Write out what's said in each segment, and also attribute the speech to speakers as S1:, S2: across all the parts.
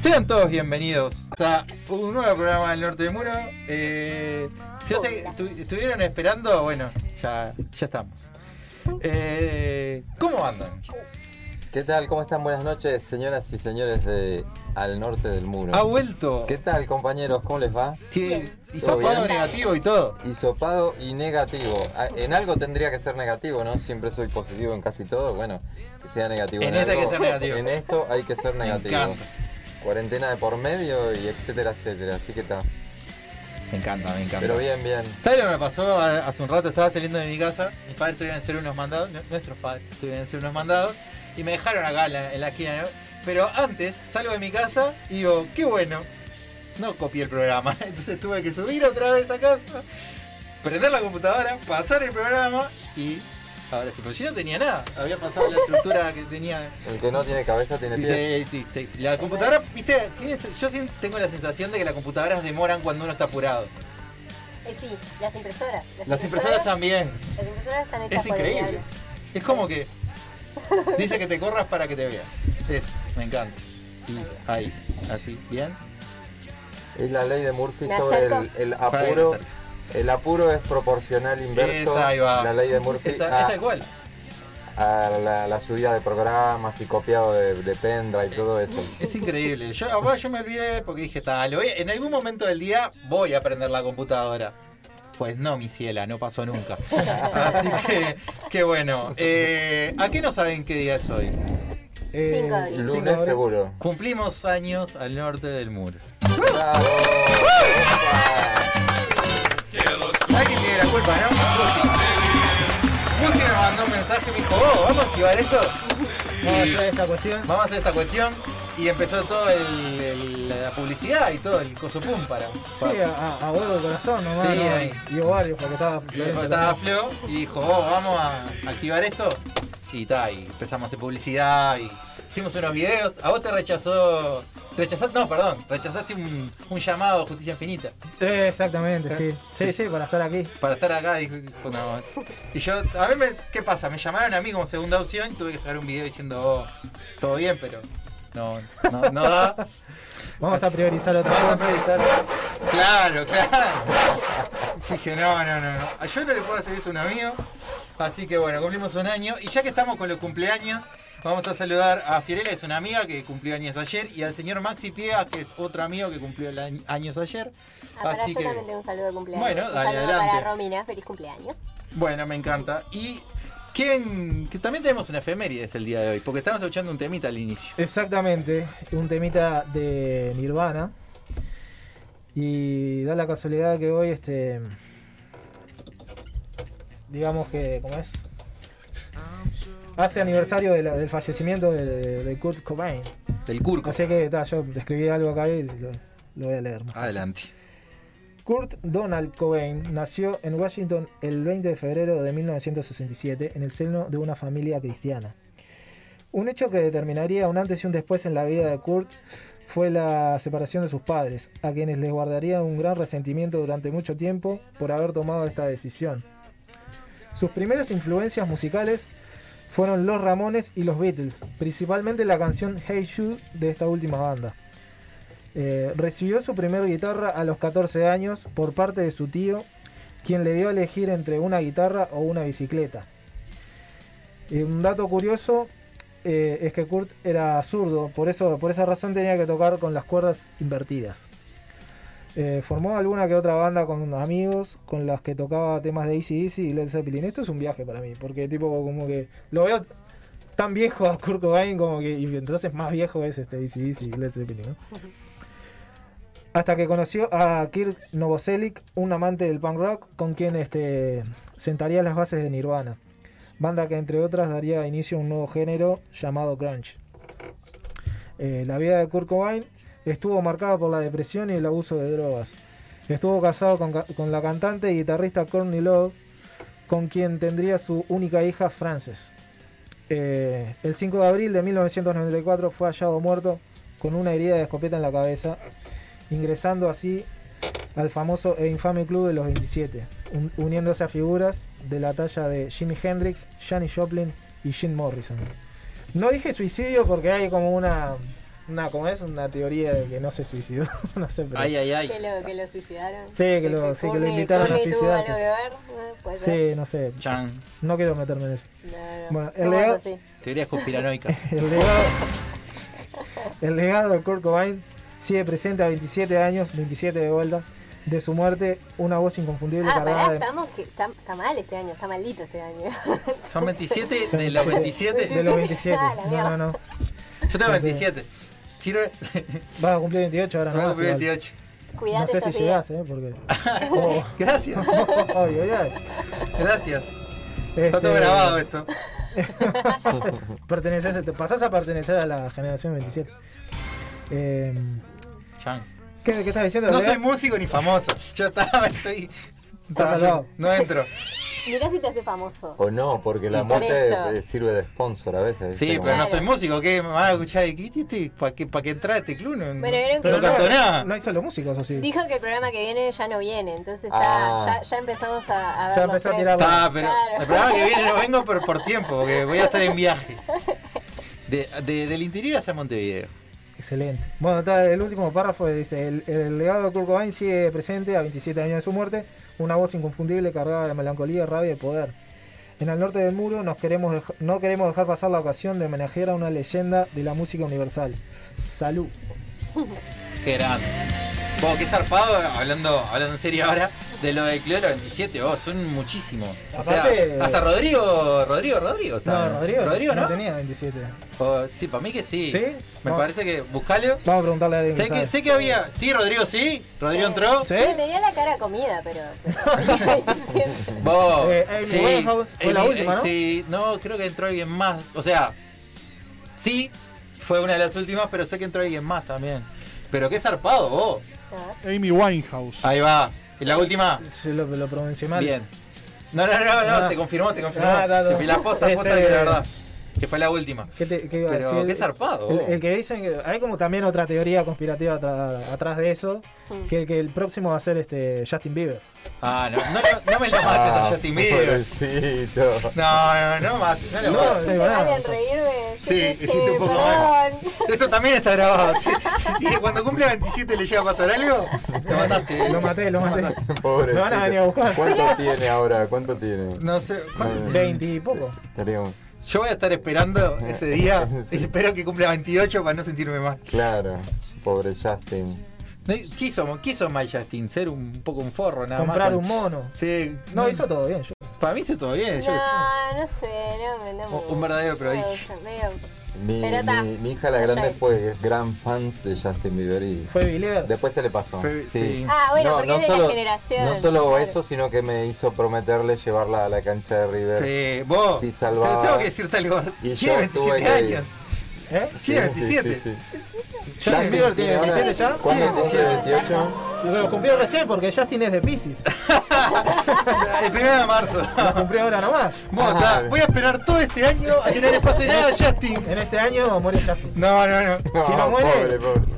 S1: Sean todos bienvenidos a un nuevo programa del Norte del Muro. Eh, si no se- tu- estuvieron esperando, bueno, ya, ya estamos. Eh, ¿Cómo andan?
S2: ¿Qué tal? ¿Cómo están? Buenas noches, señoras y señores de Al Norte del Muro.
S1: Ha vuelto.
S2: ¿Qué tal, compañeros? ¿Cómo les va?
S1: Sí, y
S2: ¿Todo bien?
S1: sopado negativo y todo.
S2: Hisopado y negativo. Ah, En algo tendría que ser negativo, ¿no? Siempre soy positivo en casi todo. Bueno, que sea negativo.
S1: En esto hay que
S2: algo.
S1: ser negativo.
S2: En esto hay que ser negativo.
S1: encanta.
S2: Cuarentena de por medio y etcétera, etcétera. Así que está.
S1: Me encanta, me encanta.
S2: Pero bien, bien.
S1: ¿Sabes lo que me pasó A- hace un rato? Estaba saliendo de mi casa, mis padres tuvieron que hacer unos mandados, nu- nuestros padres tuvieron que hacer unos mandados, y me dejaron acá en la, en la esquina, ¿no? Pero antes salgo de mi casa y digo, qué bueno, no copié el programa, entonces tuve que subir otra vez a casa, prender la computadora, pasar el programa y... Ahora sí, pero yo no tenía nada, había pasado la estructura que tenía
S2: El que no tiene cabeza tiene
S1: Sí,
S2: pies.
S1: sí, sí. La computadora, viste, Tienes- yo sí tengo la sensación de que las computadoras demoran cuando uno está apurado.
S3: Eh, sí, las impresoras.
S1: Las impresoras también.
S3: Las impresoras están hechas
S1: Es
S3: por el
S1: increíble.
S3: diablo.
S1: Es como que dice que te corras para que te veas. Eso, me encanta. Y ahí, así, bien.
S2: Es la ley de Murphy
S3: Me
S2: sobre el,
S3: acerco.
S2: el
S1: Para que
S2: apuro.
S1: te acerques.
S2: El apuro es proporcional inverso.
S1: Esa, ahí va.
S2: La ley de Murphy. Ah,
S1: Está,
S2: a-
S1: es tal cual.
S2: a la, la subida de programas y copiado de, de pendrive y todo eso.
S1: Es increíble. Yo, ah, bueno, yo me olvidé porque dije, tal, lo voy- en algún momento del día voy a aprender la computadora. Pues no, mi ciela, no pasó nunca. Así que, qué bueno. Eh, ¿A qué no saben qué día es hoy?
S4: Eh,
S3: Cinco abril.
S4: cinco
S2: Lunes
S4: abril.
S2: seguro.
S1: Cumplimos años al norte del muro.
S2: ¡Bravo! ¡Opa!
S1: Alguien tiene la culpa, ¿no? Muchi me mandó un mensaje y me dijo, oh, vamos a activar esto.
S4: Vamos a hacer esta Ah, cuestión.
S1: Vamos a hacer esta cuestión. Y empezó todo el, el- la publicidad y todo, el coso pum para. para-
S4: Sí, ah. a, a huevo de corazón nomás.
S1: Sí,
S4: no,
S1: ahí.
S4: Y ovarios, porque estaba.
S1: Y después estaba Fleo y dijo, oh, vamos a activar esto. Y ta, y empezamos a hacer publicidad y hicimos unos videos. A vos te rechazó. Rechazaste, no, perdón, rechazaste un, un llamado a Justicia Infinita.
S4: Sí, exactamente, sí. Sí, sí, para estar aquí.
S1: para estar acá dijo, dijo, no. y yo a mí me qué pasa me llamaron a mí como segunda opción y tuve que sacar un video diciendo oh, todo bien pero no no no da
S4: Vamos a priorizar otra
S1: vamos a
S4: cosa.
S1: priorizar claro claro dije no no no no yo no le puedo hacer eso a un amigo así que bueno cumplimos un año y ya que estamos con los cumpleaños Vamos a saludar a Fiorella, que es una amiga que cumplió años ayer, y al señor Maxi Piegas, que es otro amigo que cumplió el año- años ayer.
S3: Ah, para
S1: Así
S3: yo
S1: que...
S3: también tengo un saludo de cumpleaños.
S1: Bueno,
S3: un
S1: dale,
S3: saludo
S1: adelante.
S3: para Romina, feliz cumpleaños.
S1: Bueno, me encanta. Y quién que también tenemos una efemérides el día de hoy, porque estamos escuchando un temita al inicio.
S4: Exactamente, un temita de Nirvana. Y da la casualidad que hoy, este. Digamos que, ¿cómo es? Hace aniversario de la- del fallecimiento de, de Kurt Cobain.
S1: Del curco.
S4: Así que, ta, yo escribí algo acá y lo, lo voy a leer. ¿no?
S1: Adelante.
S4: Kurt Donald Cobain nació en Washington el 20 de febrero de 1967 en el seno de una familia cristiana. Un hecho que determinaría un antes y un después en la vida de Kurt fue la separación de sus padres, a quienes les guardaría un gran resentimiento durante mucho tiempo por haber tomado esta decisión. Sus primeras influencias musicales fueron los Ramones y los Beatles, principalmente la canción Hey Jude de esta última banda. Eh, recibió su primer guitarra a los 14 años por parte de su tío, quien le dio a elegir entre una guitarra o una bicicleta. Eh, un dato curioso eh, es que Kurt era zurdo, por, eso, por esa razón tenía que tocar con las cuerdas invertidas. Eh, formó alguna que otra banda con amigos con las que tocaba temas de Easy Easy y Led Zeppelin. Esto es un viaje para mí, porque tipo como que lo veo tan viejo a Kurt Cobain como que y entonces más viejo es este Easy Easy y Led Zeppelin, ¿no? Hasta que conoció a Kirk Novoselic, un amante del punk rock, con quien este, sentaría las bases de Nirvana. Banda que entre otras daría inicio a un nuevo género llamado grunge. Eh, la vida de Kurt Cobain estuvo marcada por la depresión y el abuso de drogas. Estuvo casado con, ca- con la cantante y guitarrista Courtney Love, con quien tendría su única hija Frances. Eh, el 5 de abril de 1994 fue hallado muerto con una herida de escopeta en la cabeza ingresando así al famoso e infame club de los 27, un- uniéndose a figuras de la talla de Jimi Hendrix, Janis Joplin y Jim Morrison. No dije suicidio porque hay como una No, como es una teoría de que no se suicidó, no sé, pero...
S1: Ay, ay,
S3: Que
S1: ay.
S3: lo, que lo suicidaron.
S4: Sí, que lo- sí, que lo
S3: Courtney-
S4: invitaron a
S3: Courtney tuvo
S4: suicidarse.
S3: algo que ver, ¿no? Puede ser.
S4: Sí, no sé,
S1: Chan.
S4: no quiero meterme en eso.
S3: No, no.
S4: Bueno, el
S3: Tuvo
S4: Leo-
S3: algo, sí.
S1: Teorías conspiranoicas.
S4: El legado, el legado de Kurt Cobain sigue presente a 27 años, 27 de vuelta, de su muerte, una voz inconfundible
S3: Ah,
S4: cargada
S3: pará,
S4: de...
S3: estamos que está, está mal este año, está malito este año.
S1: Son 27 de los 27.
S4: De los 27.
S3: Ah, la
S4: No, no,
S3: mierda.
S4: no.
S1: Yo tengo 27. Sirve.
S4: Vas a cumplir 28 ahora,
S1: No,
S4: no.
S1: cumplir
S4: igual.
S1: 28.
S3: Cuidate
S4: No sé si
S3: estos días.
S4: llegás, ¿eh? Porque... Oh,
S1: Gracias.
S4: ay, ay, ay.
S1: Gracias.
S4: Este,
S1: Está todo grabado esto.
S4: Perteneces, te pasás a pertenecer a la generación 27. Eh,
S1: Chan.
S4: ¿qué, ¿Qué estás diciendo?
S1: No
S4: Leo?
S1: soy músico ni famoso. Yo estaba, estoy. Ah,
S4: Está salvado.
S1: No entro.
S3: Mirá si te hace famoso.
S2: O no, porque la
S3: Y por
S2: muerte
S3: eso.
S2: eh, sirve de sponsor a veces.
S1: Sí,
S2: ¿viste?
S1: pero
S2: Como-
S1: no soy músico. ¿Qué me vas a escuchar? ¿Qué hiciste? ¿Para qué, pa' qué entra este club? No,
S3: Bueno, vieron que
S1: no
S3: dijo-
S1: cantó nada.
S4: No hay solo músicos, ¿o sí?
S3: Dijo que el programa que viene ya no viene, entonces está,
S2: Ah.
S3: ya, ya empezamos a, a ver.
S4: Ya
S3: los
S4: empezó a
S3: premios.
S4: tirar la-
S1: Está, pero
S3: Claro.
S1: el programa que viene no vengo por, por tiempo, porque voy a estar en viaje. De, de- del interior hacia Montevideo.
S4: Excelente. Bueno, está el último párrafo dice, el, el legado de Kurt Cobain sigue presente a 27 años de su muerte, una voz inconfundible cargada de melancolía, rabia y poder. En el norte del muro nos queremos dej- no queremos dejar pasar la ocasión de homenajear a una leyenda de la música universal. Salud.
S1: Qué grande. Vos, qué zarpado, hablando, hablando en serio ahora, de lo del Club de los 27, vos, son muchísimos. O sea,
S4: Aparte-
S1: hasta Rodrigo, Rodrigo, Rodrigo.
S4: No,
S1: está.
S4: Rodrigo,
S1: ¿no?
S4: tenía 27.
S1: O- sí, para mí que sí.
S4: ¿Sí?
S1: Me
S4: No.
S1: parece que, buscalo.
S4: Vamos a preguntarle a alguien.
S1: Sé
S4: sabe.
S1: que, sé que había, sí, Rodrigo sí, Rodrigo entró.
S4: Sí.
S3: Pero tenía la cara comida, pero. pero-
S1: Vos,
S4: Eh, Amy Winehouse fue la última, ¿no?
S1: Sí, no, creo que entró alguien más. O sea, sí, fue una de las últimas, pero sé que entró alguien más también. Pero qué zarpado, vos.
S3: Ah,
S5: Amy Winehouse.
S1: Ahí va. ¿Y la última?
S4: Se lo, lo pronuncié mal.
S1: Bien. No, no, no, no,
S4: Ah.
S1: te confirmó, te confirmó.
S4: Ah, no, no.
S1: Te fui la posta, posta,
S4: Este-
S1: que la verdad. Que fue la última.
S4: ¿Qué, te- qué iba a
S1: Pero
S4: decir?
S1: qué zarpado.
S4: El,
S1: vos.
S4: el que dicen que hay como también otra teoría conspirativa atra- atrás de eso,
S3: mm.
S4: que el que el próximo va a ser este Justin Bieber.
S1: Ah, no, no, no, no me lo mates a
S2: Ah,
S1: Justin Bieber.
S2: pobrecito.
S1: No, no, no mates. No, lo
S4: No,
S1: mates.
S4: no
S3: Se
S4: digo nada.
S3: valen reírme.
S1: Sí,
S3: Yo qué
S1: hiciste
S3: sé,
S1: un poco mal.
S3: perdón.
S1: Eso también está grabado. Si, si cuando cumple 27 le llega a pasar algo, lo mataste.
S4: Lo maté, lo maté.
S2: Pobrecito.
S4: Me van a venir a buscar.
S2: ¿Cuánto tiene ahora? ¿Cuánto tiene?
S1: No sé. ¿cuánto?
S2: No, no.
S4: 20 y poco.
S2: Estaría un-
S1: Yo voy a estar esperando ese día y espero que cumpla 28 para no sentirme mal.
S2: Claro, pobre Justin.
S1: No, Quiso, quiso My Justin ser un poco un forro nada
S4: Comprar
S1: más.
S4: un mono.
S1: Sí,
S4: No, hizo todo bien. Yo.
S1: Para mí hizo todo bien. yo qué sé.
S3: No, no sé, no me. No me
S1: Un- un verdadero prodigio.
S3: no me gusta, medio-
S2: Mi,
S3: Pero ta.
S2: mi- mi hija la grande fue gran fans de Justin Bieber y
S4: Fue Bieber.
S2: después se le pasó.
S1: Fue- sí.
S3: Ah, bueno, porque es de la generación.
S2: no solo
S3: Claro.
S2: eso, sino que me hizo prometerle llevarla a la cancha de River.
S1: Sí, vos.
S2: Sí,
S1: te
S2: salvaba.
S1: tengo que decirte algo.
S2: Y yo
S1: Tiene
S2: tuve
S1: 27
S2: que-
S1: años.
S4: ¿Eh?
S1: Tiene 27.
S4: Justin Bieber tiene
S2: ahora-
S4: 27 ya.
S2: ¿Cuándo
S1: Sí,
S2: tiene
S1: 27.
S2: 28?
S4: Lo cumplió recién porque Justin es de Pisces.
S1: El primero de marzo.
S4: Lo cumplió ahora nomás.
S1: Vos,
S2: Ah.
S1: ta, voy a esperar todo este año a que no le pase nada a Justin.
S4: En este año muere Justin.
S1: No, no, no.
S4: Si no muere-
S2: Pobre, pobre.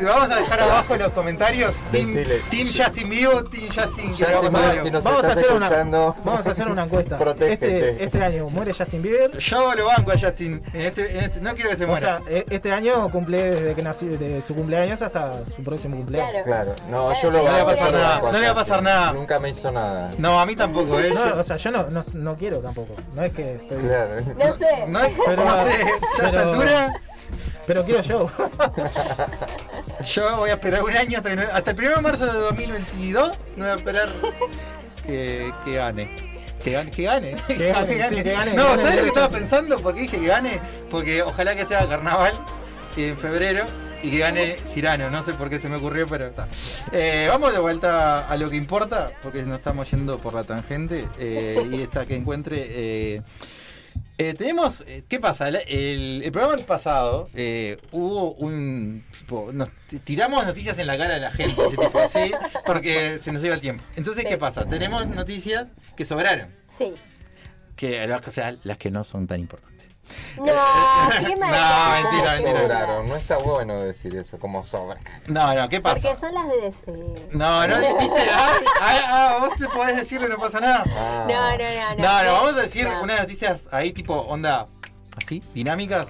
S1: Vamos a dejar abajo en los comentarios. Team,
S2: Decile.
S1: team Justin vivo, Team Justin que
S2: Justin
S1: lo vamos a
S2: Bieber,
S1: ver.
S2: si nos
S4: Vamos a
S2: estás
S4: hacer una
S2: escuchando.
S4: Vamos a hacer una encuesta.
S2: Protégete.
S4: Este, este año muere Justin Bieber.
S1: Yo lo banco a Justin. En este, en este- no quiero que se
S4: O sea,
S1: muera.
S4: e- este año cumple desde que nació, desde su cumpleaños hasta su próximo cumpleaños.
S3: Claro.
S2: Claro, no,
S3: Claro,
S2: yo lo
S3: no le va a
S2: banco,
S3: pasar
S2: yo lo
S3: nada,
S2: banco
S1: no le va a pasar
S2: Justin.
S1: nada.
S2: Nunca me hizo nada.
S1: no, a mí tampoco, ¿eh?
S4: No,
S1: Yo-
S4: o sea, yo no, no, no quiero tampoco. No es que estoy.
S2: Claro.
S3: No sé.
S1: no, es-
S4: Pero-
S1: no sé, ya a
S4: pero-
S1: esta altura,
S4: Pero quiero yo.
S1: yo voy a esperar un año hasta, que no- hasta el 1 de marzo de 2022. No voy a esperar que, que gane. Que gane, que gane.
S4: Que gane, sí, que gane,
S1: no,
S4: que gane,
S1: ¿sabes
S4: que
S1: lo
S4: gane.
S1: que estaba pensando? ¿Por qué dije que gane? Porque ojalá que sea carnaval en febrero y que gane Cirano. No sé por qué se me ocurrió, pero está. Eh, vamos de vuelta a lo que importa, porque nos estamos yendo por la tangente eh, y esta que encuentre. eh, eh, tenemos, eh, ¿qué pasa? El, el- el programa pasado eh, hubo un... tipo, nos t- tiramos noticias en la cara de la gente, ese tipo así, porque se nos iba el tiempo. Entonces, ¿qué pasa? Tenemos noticias que sobraron,
S3: Sí.
S1: que, o sea, las que no son tan importantes.
S3: No,
S1: Eh,
S3: qué
S1: no,
S3: maldad.
S1: mentira,
S2: Como
S1: mentira.
S2: sobraron, no está bueno decir eso, como sobra.
S1: No, no, ¿qué
S3: Porque
S1: pasa?
S3: son las de DC.
S1: No, no, viste, ah, ah, ah, vos te podés decirle, no pasa nada.
S2: Ah,
S3: No, no, no.
S1: No, no, vamos a decir unas noticias ahí tipo onda así, dinámicas.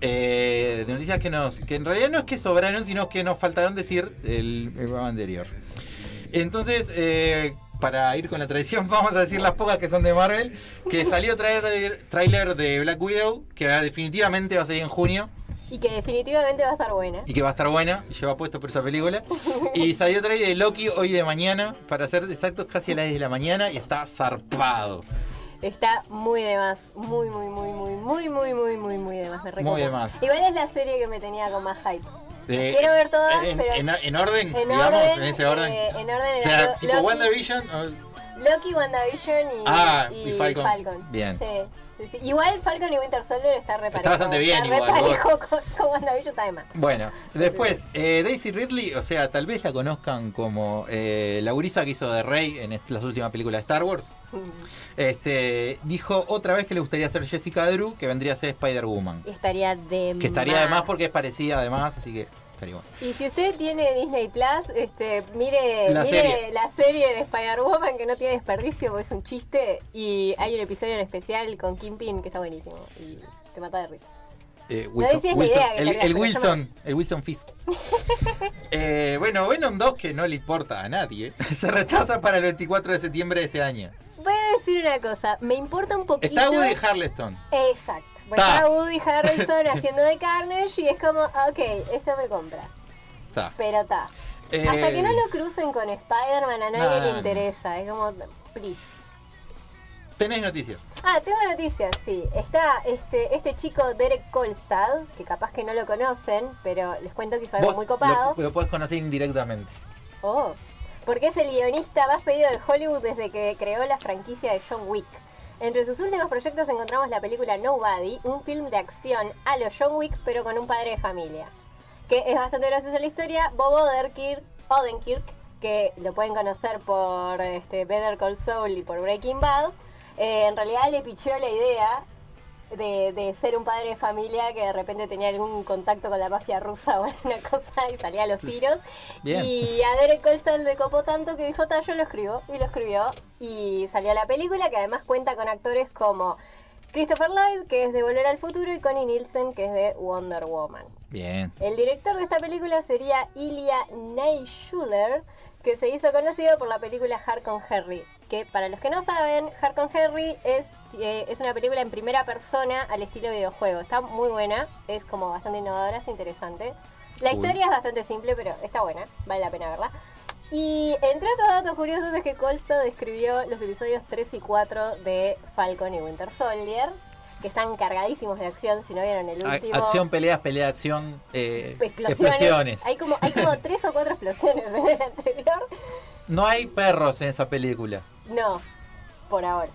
S1: eh, de noticias que nos. que en realidad no es que sobraron, sino que nos faltaron decir el el programa anterior. Entonces, eh, para ir con la tradición, vamos a decir las pocas que son de Marvel. Que salió trailer, trailer de Black Widow, que definitivamente va a salir en junio
S3: Y que definitivamente va a estar buena.
S1: y que va a estar buena. Lleva puesto por esa película. Y salió trailer de Loki hoy de mañana, para ser exactos, casi a las 10 de la mañana, y está zarpado.
S3: Está muy de más. Muy, muy, muy, muy, muy, muy, muy, muy, muy de más. Me recopa.
S1: de más.
S3: Igual es la serie que me tenía con más hype.
S1: Eh,
S3: Quiero ver todas,
S1: en,
S3: pero.
S1: en- en orden,
S3: en
S1: digamos, en
S3: orden,
S1: ese orden.
S3: eh, en orden
S1: o
S3: era
S1: sea,
S3: Lo-
S1: tipo
S3: Loki,
S1: WandaVision. o-
S3: Loki, WandaVision y,
S1: Ah, y Falcon. Bien.
S3: Sí, sí, sí. Igual Falcon y Winter Soldier está reparejo.
S1: bastante bien
S3: Está
S1: igual, vos.
S3: reparejo con, con WandaVision está de más.
S1: Bueno, después, eh, Daisy Ridley, o sea, tal vez la conozcan como eh, la gurisa que hizo de Rey en est- las últimas películas de Star Wars. Este, dijo otra vez que le gustaría ser Jessica Drew, que vendría a ser Spider-Woman.
S3: Y estaría de
S1: Que estaría además porque es parecida además, así que estaría bueno.
S3: Y si usted tiene Disney Plus, este, mire,
S1: La
S3: mire
S1: serie.
S3: la serie de Spider-Woman que no tiene desperdicio porque es un chiste. Y hay un episodio en especial con Kingpin que está buenísimo. Y te mata de risa.
S1: Eh,
S3: esa es la
S1: Wilson,
S3: idea que
S1: el,
S3: tenía,
S1: el
S3: pero
S1: Wilson, el Wilson Fisk. Eh, bueno, Venom 2 que no le importa a nadie. Se retrasa para el 24 de septiembre de este año.
S3: Voy a decir una cosa, me importa un poquito.
S1: Está Woody Harleston.
S3: Exacto. Pues
S1: Ta.
S3: está Woody Harrison haciendo de Carnage y es como, ok, esto me compra.
S1: Está.
S3: Pero ta.
S1: Eh,
S3: Hasta que no lo crucen con Spider-Man a nadie
S1: no, no.
S3: le interesa. Es como, please.
S1: Tenés noticias.
S3: Ah, tengo noticias, sí. Está este, este chico Derek Kolstad, que capaz que no lo conocen, pero les cuento que hizo algo
S1: Vos
S3: muy copado.
S1: Lo, lo podés conocer indirectamente.
S3: Oh, porque es el guionista más pedido de Hollywood desde que creó la franquicia de John Wick. Entre sus últimos proyectos encontramos la película Nobody, un film de acción a lo John Wick, pero con un padre de familia. Que es bastante graciosa la historia. Bob Odenkirk, Odenkirk, que lo pueden conocer por este, Better Call Saul y por Breaking Bad, eh, en realidad le pichó la idea de, de ser un padre de familia que de repente tenía algún contacto con la mafia rusa o alguna cosa y salía a los tiros.
S1: Bien.
S3: Y a Derek Colston le copó tanto que dijo, "Ta, yo lo escribo. Y lo escribió. Y salió la película que además cuenta con actores como Christopher Lloyd, que es de Volver al Futuro, y Connie Nielsen, que es de Wonder Woman.
S1: Bien.
S3: El director de esta película sería Ilya Naishuler, que se hizo conocido por la película Harkon Henry. Que para los que no saben, Harkon Henry es, eh, es una película en primera persona al estilo videojuego. Está muy buena, es como bastante innovadora, es interesante. La
S1: Uy.
S3: historia es bastante simple, pero está buena, vale la pena verla. Y entre otros datos curiosos es que Colstad escribió los episodios 3 y 4 de Falcon y Winter Soldier, que están cargadísimos de acción, si no vieron el
S1: A-
S3: último
S1: acción, peleas, pelea, acción, eh,
S3: explosiones.
S1: explosiones.
S3: Hay como, hay como tres o cuatro explosiones en el anterior.
S1: No hay perros en esa película.
S3: No, por ahora.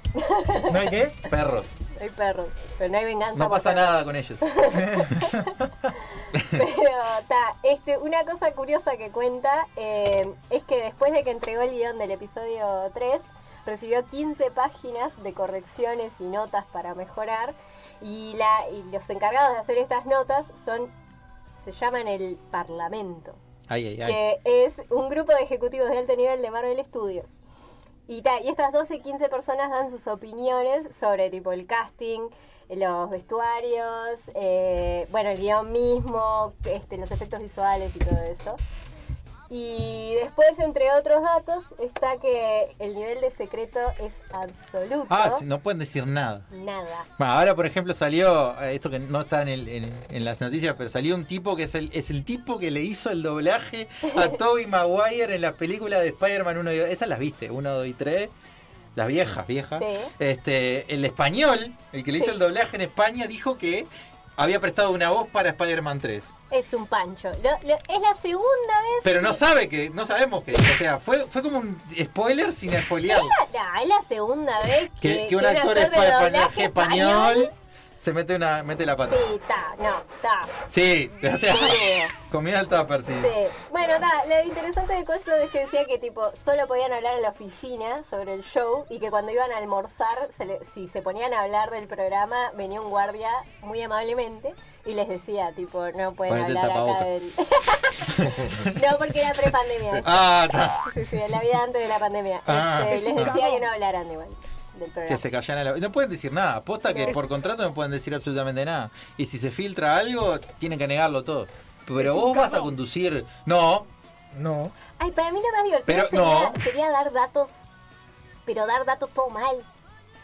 S4: ¿No hay qué?
S1: Perros.
S3: Hay perros, pero no hay venganza.
S1: No
S3: por
S1: pasa
S3: perros.
S1: nada con ellos.
S3: Pero ta, este, una cosa curiosa que cuenta eh, es que después de que entregó el guión del episodio 3, recibió 15 páginas de correcciones y notas para mejorar. Y, la, y los encargados de hacer estas notas son se llaman el Parlamento.
S1: Ay, ay, ay.
S3: que es un grupo de ejecutivos de alto nivel de Marvel Studios. Y, ta, y estas 12, 15 personas dan sus opiniones sobre tipo el casting, los vestuarios, eh, bueno, el guión mismo, este, los efectos visuales y todo eso. Y después, entre otros datos, está que el nivel de secreto es absoluto.
S1: Ah, sí, no pueden decir nada.
S3: Nada.
S1: Bueno, ahora, por ejemplo, salió, eh, esto que no está en, el- en- en las noticias, pero salió un tipo que es el, es el tipo que le hizo el doblaje a Toby Maguire en las películas de Spider-Man 1 y 2. Esas las viste, 1, 2 y 3. Las viejas, viejas.
S3: Sí.
S1: Este, el español, el que le hizo el doblaje en España, dijo que había prestado una voz para Spider-Man 3.
S3: Es un pancho. Lo- lo- es la segunda vez.
S1: Pero no sabe que, no sabemos que. O sea, fue, fue como un spoiler sin spoilear.
S3: Ah, es la segunda vez
S1: Que,
S3: que,
S1: que un actor es
S3: de doblaje
S1: español, español se mete una mete la pata.
S3: Sí, ta, no, ta.
S1: Sí, o sea,
S3: Sí.
S1: comida al tupper, sí.
S3: Sí. Bueno, ta, lo interesante de Coldplay es que decía que tipo solo podían hablar en la oficina sobre el show y que cuando iban a almorzar, se le- si se ponían a hablar del programa, venía un guardia muy amablemente y les decía tipo, no pueden
S1: Ponete el
S3: hablar acá
S1: tapaboca.
S3: del... no, porque era prepandemia.
S1: Ah, ta.
S3: Sí, sí, la vida antes de la pandemia.
S1: Ah.
S3: Este, les decía que no hablaran igual. del programa.
S1: Que se callan a la... No pueden decir nada. Aposta que por contrato no pueden decir absolutamente nada. Y si se filtra algo, tienen que negarlo todo. Pero
S4: Es un
S1: vos vas a
S4: cabrón.
S1: conducir... No,
S4: No.
S3: Ay, para mí lo más divertido
S1: Pero
S3: sería,
S1: no.
S3: sería dar datos, pero dar datos todo mal.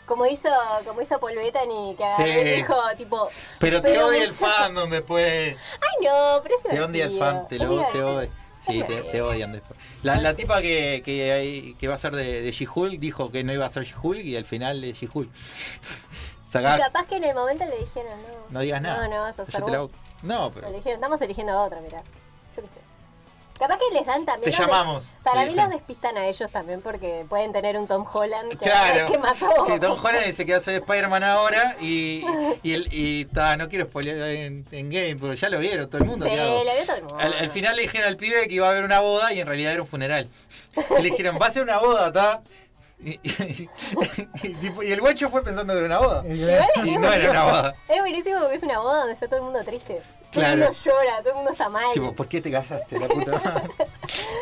S3: Como hizo, como hizo Paul Bettany, que agarró y
S1: Sí.
S3: dijo, tipo...
S1: pero te odia el
S3: muchacho-
S1: fandom después.
S3: Ay, no, pero es
S1: Te odia el
S3: divertido.
S1: fan, te,
S3: Es
S1: lo, te
S3: divertido.
S1: odia. Sí, te, te odian después. La, la tipa que, que, hay- que va a ser de, de She-Hulk dijo que no iba a ser She-Hulk y al final es She-Hulk.
S3: Y
S1: Sacá,
S3: capaz que en el momento le dijeron, no.
S1: no digas nada.
S3: No, no vas a
S1: Yo
S3: ser
S1: te la
S3: vos.
S1: hago- No,
S3: Le
S1: pero
S3: dijeron, estamos eligiendo a otro, mira. Yo qué sé. Capaz que les dan también...
S1: te
S3: los de-
S1: llamamos. le
S3: Para mí los
S1: dijeron.
S3: despistan a ellos también porque pueden tener un Tom Holland que,
S1: Claro.
S3: que mató.
S1: Que Tom Holland se queda hacer Spider-Man ahora y, y, el- y ta, no quiero spoiler en, en game, pero ya lo vieron todo el mundo.
S3: Sí,
S1: ¿qué hago?
S3: lo vio todo el mundo.
S1: Al, al final le dijeron al pibe que iba a haber una boda y en realidad era un funeral. Y le dijeron, va a ser una boda, ta. Y, y- y tipo- y el guacho fue pensando que era una boda.
S3: Igual es
S1: Y no era una boda.
S3: Es buenísimo porque es una boda donde está todo el mundo triste. Todo el
S1: Claro.
S3: mundo llora, todo el mundo está mal.
S1: Tipo, ¿por qué te casaste, la puta madre?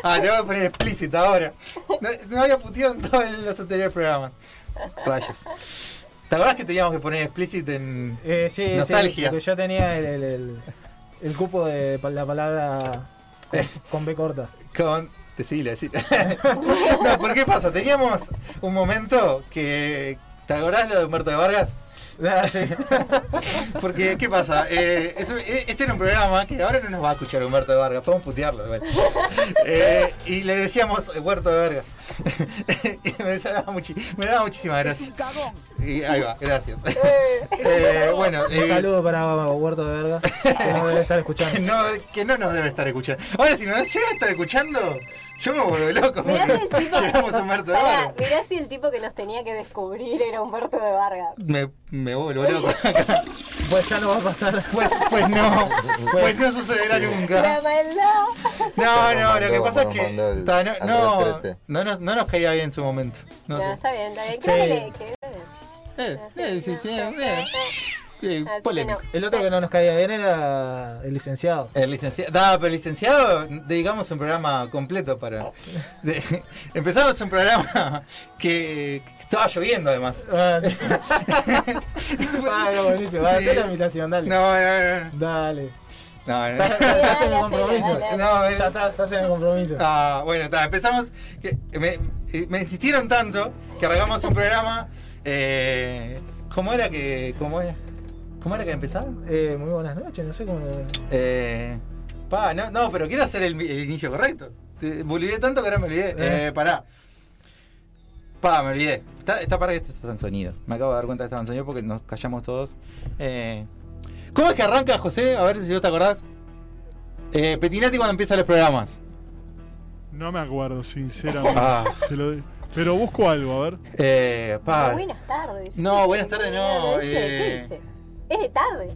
S1: Ah, te voy a poner explícita ahora. No, no había puteado en todos los anteriores programas. Rayos. ¿Te acordás que teníamos que poner explícito en,
S4: Eh, sí, sí,
S1: Nostalgias.
S4: porque yo tenía el, el, el- el cupo de pa- la palabra
S1: Eh.
S4: con, con B corta.
S1: Con. Decilo, decilo. no, ¿por qué pasa? Teníamos un momento que. ¿Te acordás lo de Humberto de Vargas?
S4: Ah, sí.
S1: Porque, ¿qué pasa? Eh, eso- eh, este era un programa que ahora no nos va a escuchar Humberto de Vargas, podemos putearlo. igual. Eh, y le decíamos eh, Huerto de Vargas. y me daba, muchi- me daba muchísimas gracias. Y ahí va, gracias.
S3: Eh,
S1: Eh, bueno,
S4: Un
S1: eh,
S4: saludo para Huerto de Verga, que no debe estar
S1: que
S4: escuchando.
S1: no, que no nos debe estar escuchando. Ahora, si nos llega a estar escuchando, yo me vuelvo loco.
S3: mirá si
S1: porque
S3: el tipo.
S1: Llegamos a Humberto de
S3: Pará,
S1: Vargas.
S3: mirá si el tipo que nos tenía que descubrir era Humberto de Vargas.
S1: Me, me vuelvo loco.
S4: Pues ya no va a pasar.
S1: Pues, pues no, pues no sucederá nunca.
S3: La maldad.
S1: No,
S2: Nos
S1: no, lo que
S2: mandó,
S1: pasa es
S2: nos
S1: que
S2: mandó el-
S1: ta, no,
S2: al
S1: no,
S2: retrete.
S1: no nos, no nos caía bien en su momento. No,
S3: No,
S1: sé.
S3: está bien, está bien. Creo
S4: Sí.
S3: que le. Que,
S1: Eh, eh, sí, sí, eh, eh,
S3: Así que
S1: polémico.
S3: no.
S4: El otro que no nos caía bien era el licenciado.
S1: El licenciado, da, pero el licenciado, dedicamos un programa completo para. de- empezamos un programa que, que estaba lloviendo además.
S4: Ah, sí. Ah, no, buenísimo. Va,
S1: Sí.
S4: hacé la invitación, dale.
S1: No, no, no,
S4: Dale.
S1: no, no.
S4: Estás, estás en el
S3: dale,
S4: compromiso.
S3: dale, dale.
S1: No, eh,
S4: Ya estás, estás en el compromiso.
S1: Ah, bueno, está, empezamos. que- me, eh, me insistieron tanto que arrancamos un programa. eh, ¿Cómo era que.? ¿Cómo era? ¿Cómo era que empezaba?
S4: Eh, muy buenas noches, no sé cómo.
S1: Eh, pa, no, no, pero quiero hacer el, el inicio correcto. Te, me olvidé tanto que ahora me olvidé.
S4: Eh.
S1: Eh, pará. Pa, me olvidé. Está, está para que esto está en sonido. Me acabo de dar cuenta que estaba en sonido porque nos callamos todos. Eh, ¿Cómo es que arranca, José? A ver si vos te acordás. Eh, Petinati cuando empiezan los programas.
S5: No me acuerdo, sinceramente.
S1: Ah.
S5: Se lo di- Pero busco algo, a ver.
S1: Eh, pa.
S3: Buenas tardes.
S1: No, buenas tardes, no,
S3: ¿Qué dice? ¿Qué
S1: eh.
S3: dice? Es de tarde.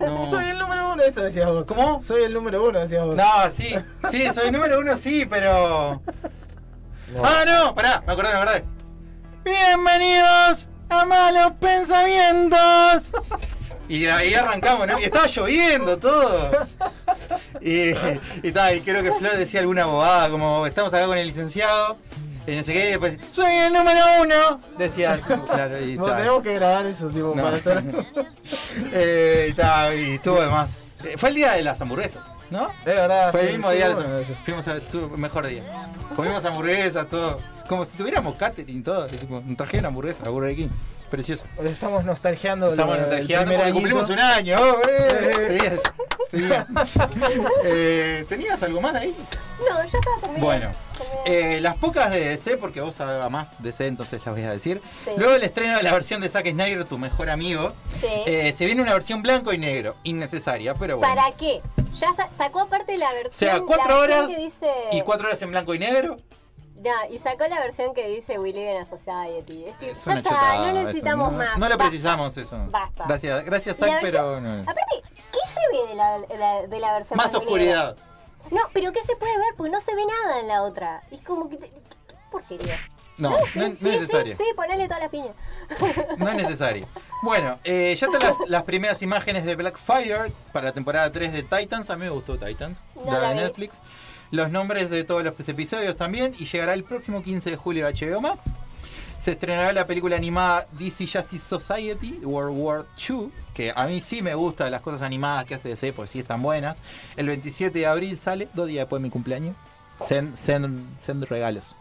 S1: No.
S4: Soy el número uno, eso decías vos.
S1: ¿Cómo?
S4: Soy el número uno, decías vos.
S1: No, sí, sí, soy el número uno, sí, pero.
S5: Oh.
S2: No.
S1: ¡Ah, no! Pará, me acordé, me acordé. Bienvenidos a Malos Pensamientos. Y ahí arrancamos, ¿no? Y estaba lloviendo todo. Y, y, ta, y creo que Flo decía alguna bobada, como estamos acá con el licenciado. Y no sé qué, y después, soy el número uno. Decía, claro, y
S4: Vos
S1: ta.
S4: tenemos que grabar eso, tipo,
S1: No.
S4: para hacer.
S1: Eh, y, ta, y estuvo de más. Eh, Fue el día de las hamburguesas, ¿no?
S4: De verdad.
S1: Fue el
S4: sí,
S1: mismo
S4: sí,
S1: día,
S4: bueno,
S1: del-
S4: eso.
S1: fuimos a tu mejor día. Comimos hamburguesas, todo. Como si tuviéramos catering, todo. y tipo, nos trajeron hamburguesas, Burger King. Precioso.
S4: Estamos nostalgiando.
S1: Estamos
S4: lo- el
S1: nostalgiando
S4: primer
S1: porque cumplimos un
S4: añito.
S1: año. oh, eh.
S4: Eh.
S1: Sí, sí. Eh, ¿Tenías algo más ahí?
S3: No, ya estaba terminando.
S1: Bueno,
S3: Terminando.
S1: eh, las pocas de DC, porque vos hablabas más DC, entonces las voy a decir.
S3: Sí.
S1: Luego el estreno de la versión de Zack Snyder, tu mejor amigo.
S3: Sí.
S1: Eh, se viene una versión blanco y negro, innecesaria, pero bueno.
S3: ¿Para qué? Ya sa- sacó aparte la versión.
S1: O sea,
S3: la
S1: cuatro
S3: versión
S1: horas
S3: Que dice...
S1: y cuatro horas en blanco y negro.
S3: No, y sacó la versión que dice We Live in a Society. Es tipo,
S1: Es
S3: ya
S1: una
S3: está,
S1: chotada,
S3: no
S1: eso,
S3: necesitamos
S1: no-
S3: más.
S1: No lo
S3: basta.
S1: precisamos eso.
S3: Basta.
S1: Gracias, gracias
S3: La
S1: Zack, pero
S3: versión-
S1: no.
S3: Aparte, ¿qué se ve de la, de la- de la versión
S1: Más
S3: blanco y
S1: oscuridad.
S3: negro? No, pero ¿qué se puede ver? Pues no se ve nada en la otra. Es como que. te- ¿Qué, qué porquería?
S1: No, no,
S3: Ah, sí,
S1: es- no es
S3: sí,
S1: necesario.
S3: Sí, sí, ponele todas las piñas.
S1: No es necesario. Bueno, eh, ya están las, las primeras imágenes de Blackfire para la temporada 3 de Titans. A mí me gustó Titans,
S3: No
S1: la
S3: la
S1: de
S3: vi.
S1: Netflix. Los nombres de todos los episodios también. Y llegará el próximo 15 de julio a HBO Max. se estrenará la película animada DC Justice Society World War II, que a mí sí me gusta las cosas animadas que hace DC, porque sí están buenas. El 27 de abril sale, dos días después de mi cumpleaños. Send, send- send regalos.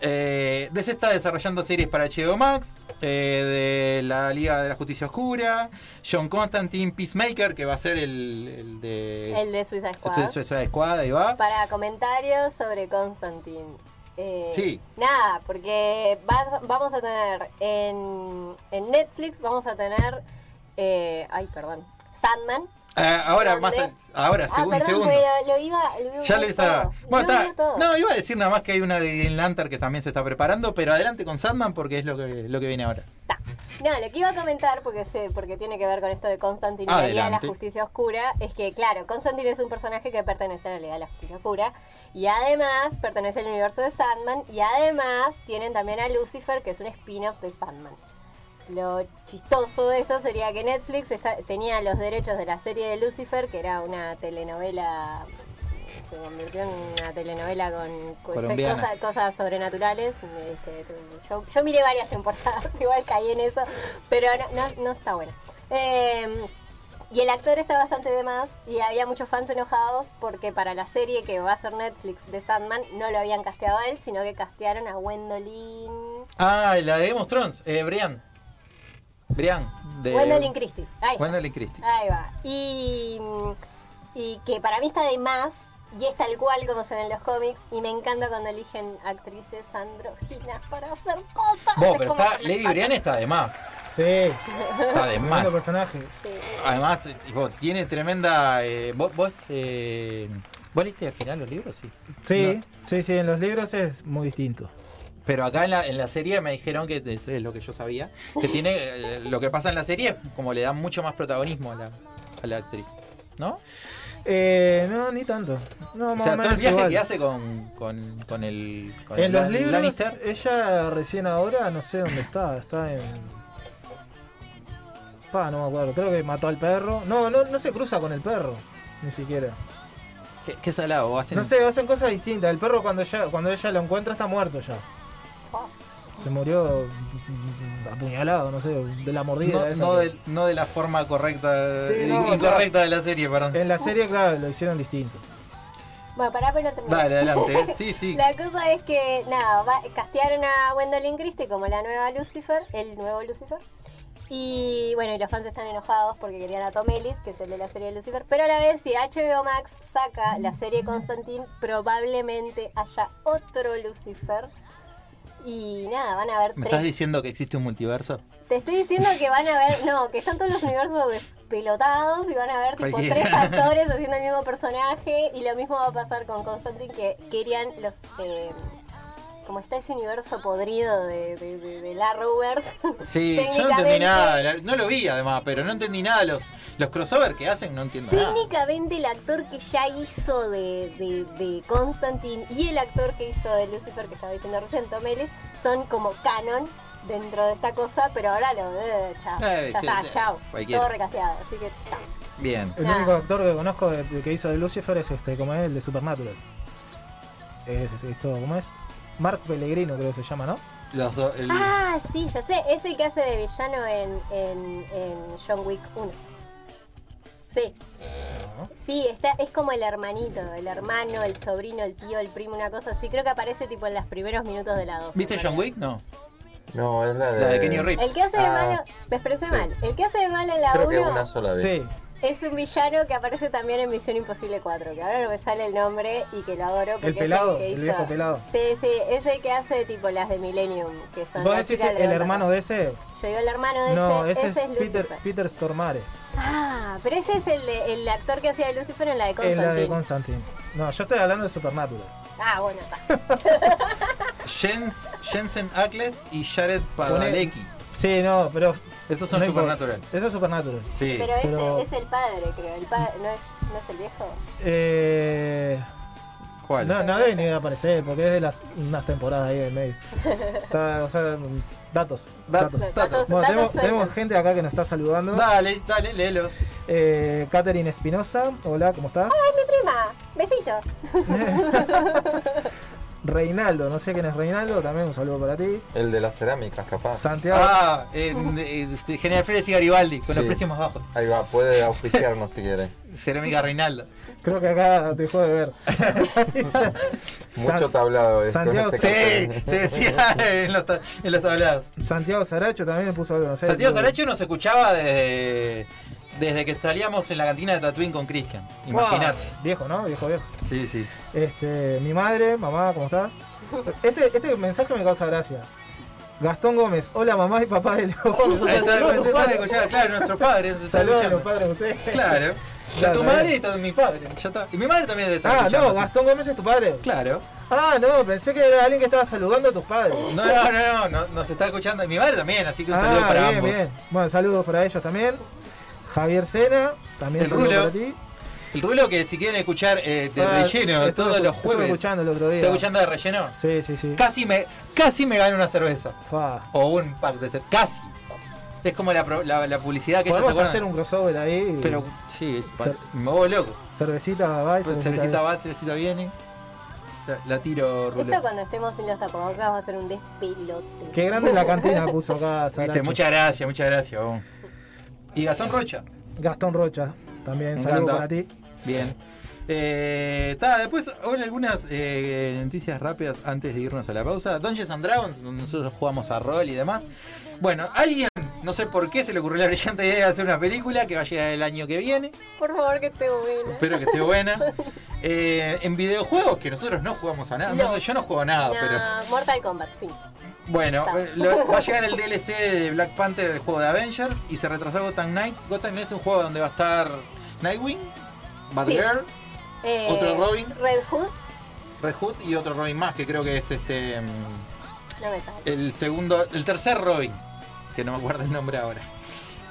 S1: Eh, DC está desarrollando series para HBO Max, eh, de la Liga de la Justicia Oscura, John Constantine Peacemaker, que va a ser el, el de...
S3: El de Suicide Squad.
S1: Su- su- Suicide Squad, ahí va.
S3: Para comentarios sobre Constantine. Eh,
S1: Sí.
S3: Nada, porque va- vamos a tener en, en Netflix, vamos a tener. eh, ay, perdón. Sandman.
S1: Eh, ahora,
S3: ¿Dónde?
S1: más al- ahora,
S3: ah,
S1: según
S3: perdón,
S1: segundos.
S3: pero lo iba. Lo iba a
S1: Ya
S3: unir
S1: le estaba.
S3: todo.
S1: Bueno,
S3: Lo iba
S1: está-
S3: a unir todo.
S1: No, iba a decir nada más que hay una de Green Lantern que también se está preparando, pero adelante con Sandman porque es lo que, lo que viene ahora.
S3: No, lo que iba a comentar, porque sé, porque tiene que ver con esto de Constantine y la Liga de la
S1: Adelante.
S3: Justicia Oscura, es que, claro, Constantine es un personaje que pertenece a la Liga de la Justicia Oscura y además pertenece al universo de Sandman y además tienen también a Lucifer, que es un spin-off de Sandman. Lo chistoso de esto sería que Netflix está- tenía los derechos de la serie de Lucifer, que era una telenovela. Se convirtió en una telenovela con, con
S1: Colombiana.
S3: cosas, cosas sobrenaturales. este, yo, yo miré varias temporadas, igual caí en eso, pero no, no- no está buena. Eh, y el actor está bastante de más y había muchos fans enojados porque para la serie que va a ser Netflix de Sandman no lo habían casteado a él, sino que castearon a Gwendolyn.
S1: Ah, la de Game of Thrones, eh, Brian. Brian. De...
S3: Gwendolyn Christie. Ahí está.
S1: Gwendolyn Christie.
S3: Ahí va. Y, mm, y que para mí está de más y es tal cual como se ven los cómics y me encanta cuando eligen actrices androginas para hacer cosas.
S1: Vos,
S3: Es
S1: pero
S3: como
S1: está,
S3: que me
S1: Lady
S3: encanta.
S1: Brian está de más.
S4: Sí,
S1: Está de más.
S4: tremendo personaje.
S3: Sí.
S1: Además, eh, tipo, tiene tremenda. eh, vos, vos, eh, ¿vos leíste al final los libros? Sí.
S4: Sí, sí, sí, en los libros es muy distinto.
S1: Pero acá en la, en la serie me dijeron que es, es lo que yo sabía. Que tiene eh, lo que pasa en la serie, como le da mucho más protagonismo a la, a la actriz. ¿No?
S4: Eh, no, ni tanto. No,
S1: O
S4: más
S1: sea,
S4: o
S1: todo el
S4: menos
S1: viaje
S4: igual.
S1: que hace con, con, con el. Con
S4: En
S1: el
S4: los
S1: Lan-
S4: libros,
S1: Lannister.
S4: ella recién ahora, no sé dónde está, está en... Pa, no me acuerdo, creo que mató al perro. No, no, no se cruza con el perro, ni siquiera.
S1: ¿Qué, qué salado? Hacen,
S4: No sé, hacen cosas distintas. El perro cuando ella, cuando ella lo encuentra está muerto ya. Se murió apuñalado, no sé, de la mordida.
S1: no,
S4: esa
S1: no
S4: que-
S1: de, no de la forma correcta.
S4: Sí,
S1: in-
S4: no, o sea,
S1: incorrecta de la serie, perdón.
S4: En la serie, claro, lo hicieron distinto.
S3: Bueno, pará, pero no terminé.
S1: Dale, adelante. eh. Sí, sí.
S3: La cosa es que, nada, va- castearon a Gwendolyn Christie como la nueva Lucifer, el nuevo Lucifer. Y bueno, y los fans están enojados porque querían a Tom Ellis, que es el de la serie de Lucifer. Pero a la vez, si HBO Max saca la serie Constantine, probablemente haya otro Lucifer. Y nada, van a haber
S1: ¿Me
S3: tres.
S1: estás diciendo que existe un multiverso?
S3: Te estoy diciendo que van a ver, no, que están todos los universos despelotados y van a ver tipo
S1: Cualquiera.
S3: tres actores haciendo el mismo personaje y lo mismo va a pasar con Constantine que querían los... eh, como está ese universo podrido de, de, de, de la Arrowverse.
S1: Ah. Sí, yo no entendí
S3: Técnicamente-
S1: nada. la- No lo vi además, pero no entendí nada. Los, los crossover que hacen, no entiendo nada.
S3: Técnicamente el actor que ya hizo de, de, de Constantine y el actor que hizo de Lucifer, que estaba diciendo recién, Tom Ellis, son como canon dentro de esta cosa, pero ahora lo... eh, chao,
S1: Eh,
S3: ya
S1: sí,
S3: está,
S1: eh,
S3: chao.
S1: cualquiera.
S3: Todo recasteado, así que... chao.
S1: Bien.
S4: El
S3: Ah.
S4: único actor que conozco de- de que hizo de Lucifer es este, como es el de Supernatural. Es, esto, ¿cómo es? Mark Pellegrino creo que se llama, ¿no?
S1: Los do- el-
S3: Ah, sí, ya sé. Es el que hace de villano en, en, en John Wick 1. Sí.
S4: Ah.
S3: Sí, está, es como el hermanito, el hermano, el sobrino, el tío, el primo, una cosa así. Creo que aparece tipo en los primeros minutos de la 2.
S1: ¿Viste John Wick? No. Eh,
S2: No, es la de.
S1: La de Kenny
S3: El
S1: Reeves.
S3: que hace de
S2: Ah.
S3: malo, me expresé mal. El que hace de malo en la
S2: Creo que
S3: 1
S2: una sola vez.
S4: Sí,
S3: es un villano que aparece también en Misión Imposible 4, que ahora no me sale el nombre y que lo adoro. Porque es
S4: pelado,
S3: el, que
S4: el
S3: hizo-
S4: viejo pelado.
S3: Sí, sí, es el que hace tipo las de Millennium, que son
S4: ¿Vos
S3: la
S4: decís
S3: chica del
S4: el
S3: dragón
S4: hermano
S3: tatuado.
S4: de ese?
S3: Yo digo el hermano de
S4: No,
S3: ese,
S4: ese, es
S3: Lucifer.
S4: Peter, Peter Stormare,
S3: Ah, pero ese es el, de- el actor que hacía de Lucifer en la de
S4: es
S3: Constantine.
S4: la de Constantine. No, yo estoy hablando de Supernatural.
S3: ah, bueno, está.
S1: Jens, Jensen Ackles y Jared Padalecki.
S4: Sí, no, pero...
S1: Esos son
S4: no importa.
S1: Supernatural.
S4: Eso es Supernatural.
S1: Sí.
S3: Pero ese
S4: pero-
S3: es el padre, creo. El pa- no, es, ¿No es el viejo?
S4: Eh,
S1: ¿Cuál?
S4: no, no debe ni aparecer porque es de las, unas temporadas ahí del medio. Está, o sea, datos.
S1: Datos.
S4: datos.
S3: No, datos,
S4: Bueno,
S3: datos
S4: tenemos, tenemos
S3: sueltos.
S4: gente acá que nos está saludando.
S1: Dale, dale, léelos.
S4: Eh, Catherine Espinosa, hola, ¿cómo estás?
S3: Prima, besito.
S4: Reinaldo, no sé quién es Reinaldo, también un saludo para ti.
S2: El de las cerámicas, capaz.
S4: Santiago.
S1: Ah, eh, eh, General Flores y Garibaldi, con los
S2: Sí.
S1: precios más bajos.
S2: Ahí va, puede auspiciarnos si quiere.
S1: Cerámica Reinaldo.
S4: Creo que acá dejó de ver.
S2: Mucho tablado es con
S4: Santiago,
S2: ese
S1: Sí,
S2: cartel.
S1: se decía en los, ta- en los tablados.
S4: Santiago Saracho también le puso algo. No sé,
S1: Santiago
S4: tú-
S1: Saracho nos escuchaba desde, desde que salíamos en la cantina de Tatooine con Cristian. Imagínate.
S4: Wow, Ah, Viejo, ¿no? Viejo, viejo.
S1: Sí, sí.
S4: Este, mi madre, mamá, ¿cómo estás? Este, este mensaje me causa gracia. Gastón Gómez, hola mamá y papá de los
S1: Oh, Claro, nuestros padres. nos
S4: Saludos a
S1: escuchan.
S4: los padres de ustedes.
S1: Claro. De
S4: Claro,
S1: tu
S4: eh.
S1: madre y de mi padre. Ya está. Y mi madre también debe estar
S4: Ah, no,
S1: escuchando.
S4: Gastón Gómez es tu padre.
S1: Claro.
S4: Ah, no, pensé que era alguien que estaba saludando a tus padres.
S1: No, no, no, no, no, nos está escuchando. Y Mi madre también, así que Oh, un saludo
S4: Ah,
S1: para
S4: bien,
S1: ambos.
S4: bien. Bueno, saludos para ellos también. Javier Sena, también
S1: El
S4: saludos
S1: Rulo.
S4: para ti.
S1: El Rulo que si quieren escuchar eh, de
S4: Ah,
S1: relleno
S4: estuve-
S1: todos los
S4: estuve
S1: jueves.
S4: escuchando el otro día.
S1: Está escuchando de relleno.
S4: Sí, sí, sí.
S1: Casi me, casi me gano una cerveza.
S4: Fa.
S1: O un pack de cerveza. Casi. Es como la, pro- la, la publicidad que
S4: Podemos
S1: está
S4: hacer un crossover ahí.
S1: Pero sí,
S4: Cer-
S1: me vuelvo loco.
S4: Cervecita va y
S1: Pues
S4: cervecita
S1: cervecita
S4: viene.
S1: va, cervecita viene. La, la tiro,
S3: Esto
S1: Rulo.
S3: cuando estemos en los tapabocas va a ser un despelote.
S4: Qué grande la cantina puso acá.
S1: Viste,
S4: Saracho.
S1: muchas gracias, muchas gracias. vos. Y Gastón Rocha.
S4: Gastón Rocha, también
S1: Me
S4: saludos
S1: encanta.
S4: para ti.
S1: Bien. Eh, ta, después hoy algunas eh, noticias rápidas antes de irnos a la pausa. Dungeons and Dragons, donde nosotros jugamos a rol y demás. Bueno, alguien, no sé por qué, se le ocurrió la brillante idea de hacer una película que va a llegar el año que viene.
S3: Por favor, que esté buena.
S1: Espero que esté buena. Eh, en videojuegos, que nosotros no jugamos a nada. No
S3: No.
S1: sé, yo no juego a nada,
S3: No,
S1: ah, pero.
S3: Mortal Kombat, sí.
S1: Bueno,
S3: Está.
S1: eh, lo- va a llegar el DLC de Black Panther del juego de Avengers y se retrasó Gotham Knights. Gotham Knights es un juego donde va a estar Nightwing, Batgirl,
S3: Eh,
S1: ¿Otro Robin?
S3: Red Hood,
S1: Red Hood y otro Robin más, que creo que es este mm,
S3: no me sale.
S1: el segundo, el tercer Robin, que no me acuerdo el nombre ahora.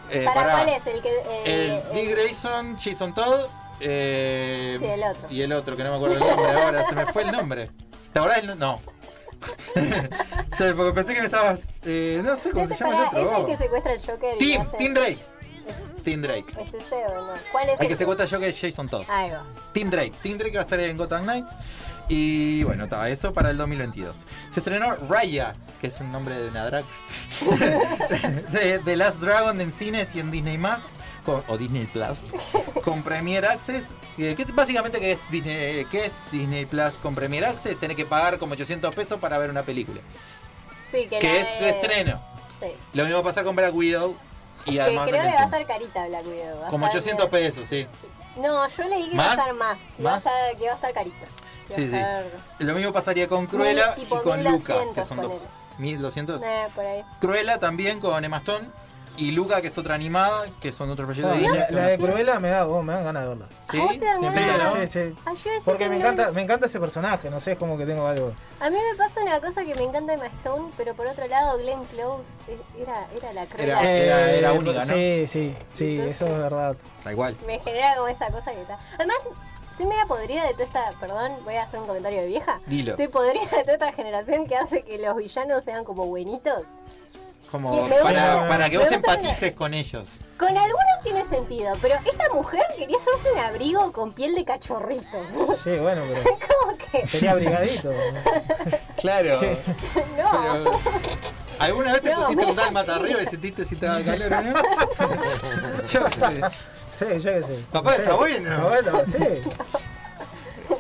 S1: Eh,
S3: ¿Para,
S1: pará.
S3: cuál es el que.? eh,
S1: El Dick
S3: el-
S1: Grayson, Jason Todd eh,
S3: Sí, el otro.
S1: y el otro, que no me acuerdo el nombre ahora, se me fue el nombre. ¿Te acordás el no- No. Sí, porque pensé que me estabas. eh, no sé cómo
S3: ese
S1: se llama el
S3: para-
S1: otro.
S3: ese
S1: vos.
S3: que secuestra el Joker. y
S1: Tim,
S3: hace-
S1: Tim Drake. Tim Drake.
S3: ¿Es ese o no? ¿Cuál es
S1: El que
S3: ese?
S1: se cuenta yo que es Jason Todd.
S3: Ahí va.
S1: Tim Drake. Tim Drake va a estar en Gotham Knights. Y bueno, está eso para el 2022. Se estrenó Raya, que es un nombre de una drag. de The Last Dragon en cines y en Disney Más. con- O Disney Plus. Con Premier Access. eh, que básicamente que es Disney, que es Disney Plus con Premier Access. Tenés que pagar como 800 pesos para ver una película.
S3: Sí, que, la
S1: Que es de
S3: de-
S1: estreno.
S3: Sí.
S1: Lo mismo va a pasar con Black Widow. Y
S3: Que
S1: además
S3: creo
S1: en
S3: que va
S1: cine.
S3: a estar carita Black Widow. va a
S1: Como
S3: estar
S1: 800
S3: bien.
S1: pesos, sí.
S3: No, yo leí que va a
S1: ¿Más?
S3: estar más. Que, Va a
S1: ¿Más?
S3: estar, que va a estar carito. Que
S1: Sí, sí.
S3: va a estar-
S1: Lo mismo pasaría con Cruella
S3: Mil- tipo
S1: y con
S3: 1200
S1: Luca, que son dos.
S3: ponele.
S1: 1200.
S3: Eh, por ahí.
S1: Cruella también con Emma Stone y Luca, que es otra animada, que son otros proyectos
S4: Ah,
S1: de Disney.
S4: la, la de
S3: Sí.
S4: Cruella me da, oh, me dan ganas de verla.
S1: ¿Sí?
S3: ¿A vos te dan
S1: ¿En
S3: ganas?
S1: serio, no?
S4: Sí, sí.
S3: Ay, yo decía
S4: Porque
S3: que
S4: me
S3: no.
S4: encanta, me encanta ese personaje, no sé, es como que tengo algo.
S3: A mí me pasa una cosa que me encanta Emma Stone, pero por otro lado Glenn Close eh, era, era la Eh. cruela.
S1: Era- era- era única, ¿no?
S4: Eh, Sí, sí, sí,
S3: Entonces-
S4: eso es verdad.
S1: Da igual.
S3: Me genera como esa cosa que está. Además, estoy media podrida de toda esta. Perdón, voy a hacer un comentario de vieja.
S1: Dilo.
S3: Estoy podrida de toda esta generación que hace que los villanos sean como buenitos.
S1: Como
S3: Y me
S1: para,
S4: gusta-
S1: para que
S3: me
S1: vos
S3: gusta
S1: empatices con ellos.
S3: Con algunos tiene sentido, pero esta mujer quería hacerse un abrigo con piel de cachorritos.
S4: Sí, bueno, pero
S3: como que.
S4: sería brigadito.
S1: Claro.
S4: Sí.
S3: No.
S1: Pero, ¿Alguna vez te
S3: No,
S1: pusiste
S3: me-
S1: un dálmata arriba y sentiste si te daba calor o no? Yo qué sé.
S4: Sí, yo qué sé.
S1: Papá,
S4: No sé.
S1: está bueno.
S4: Está bueno, sí.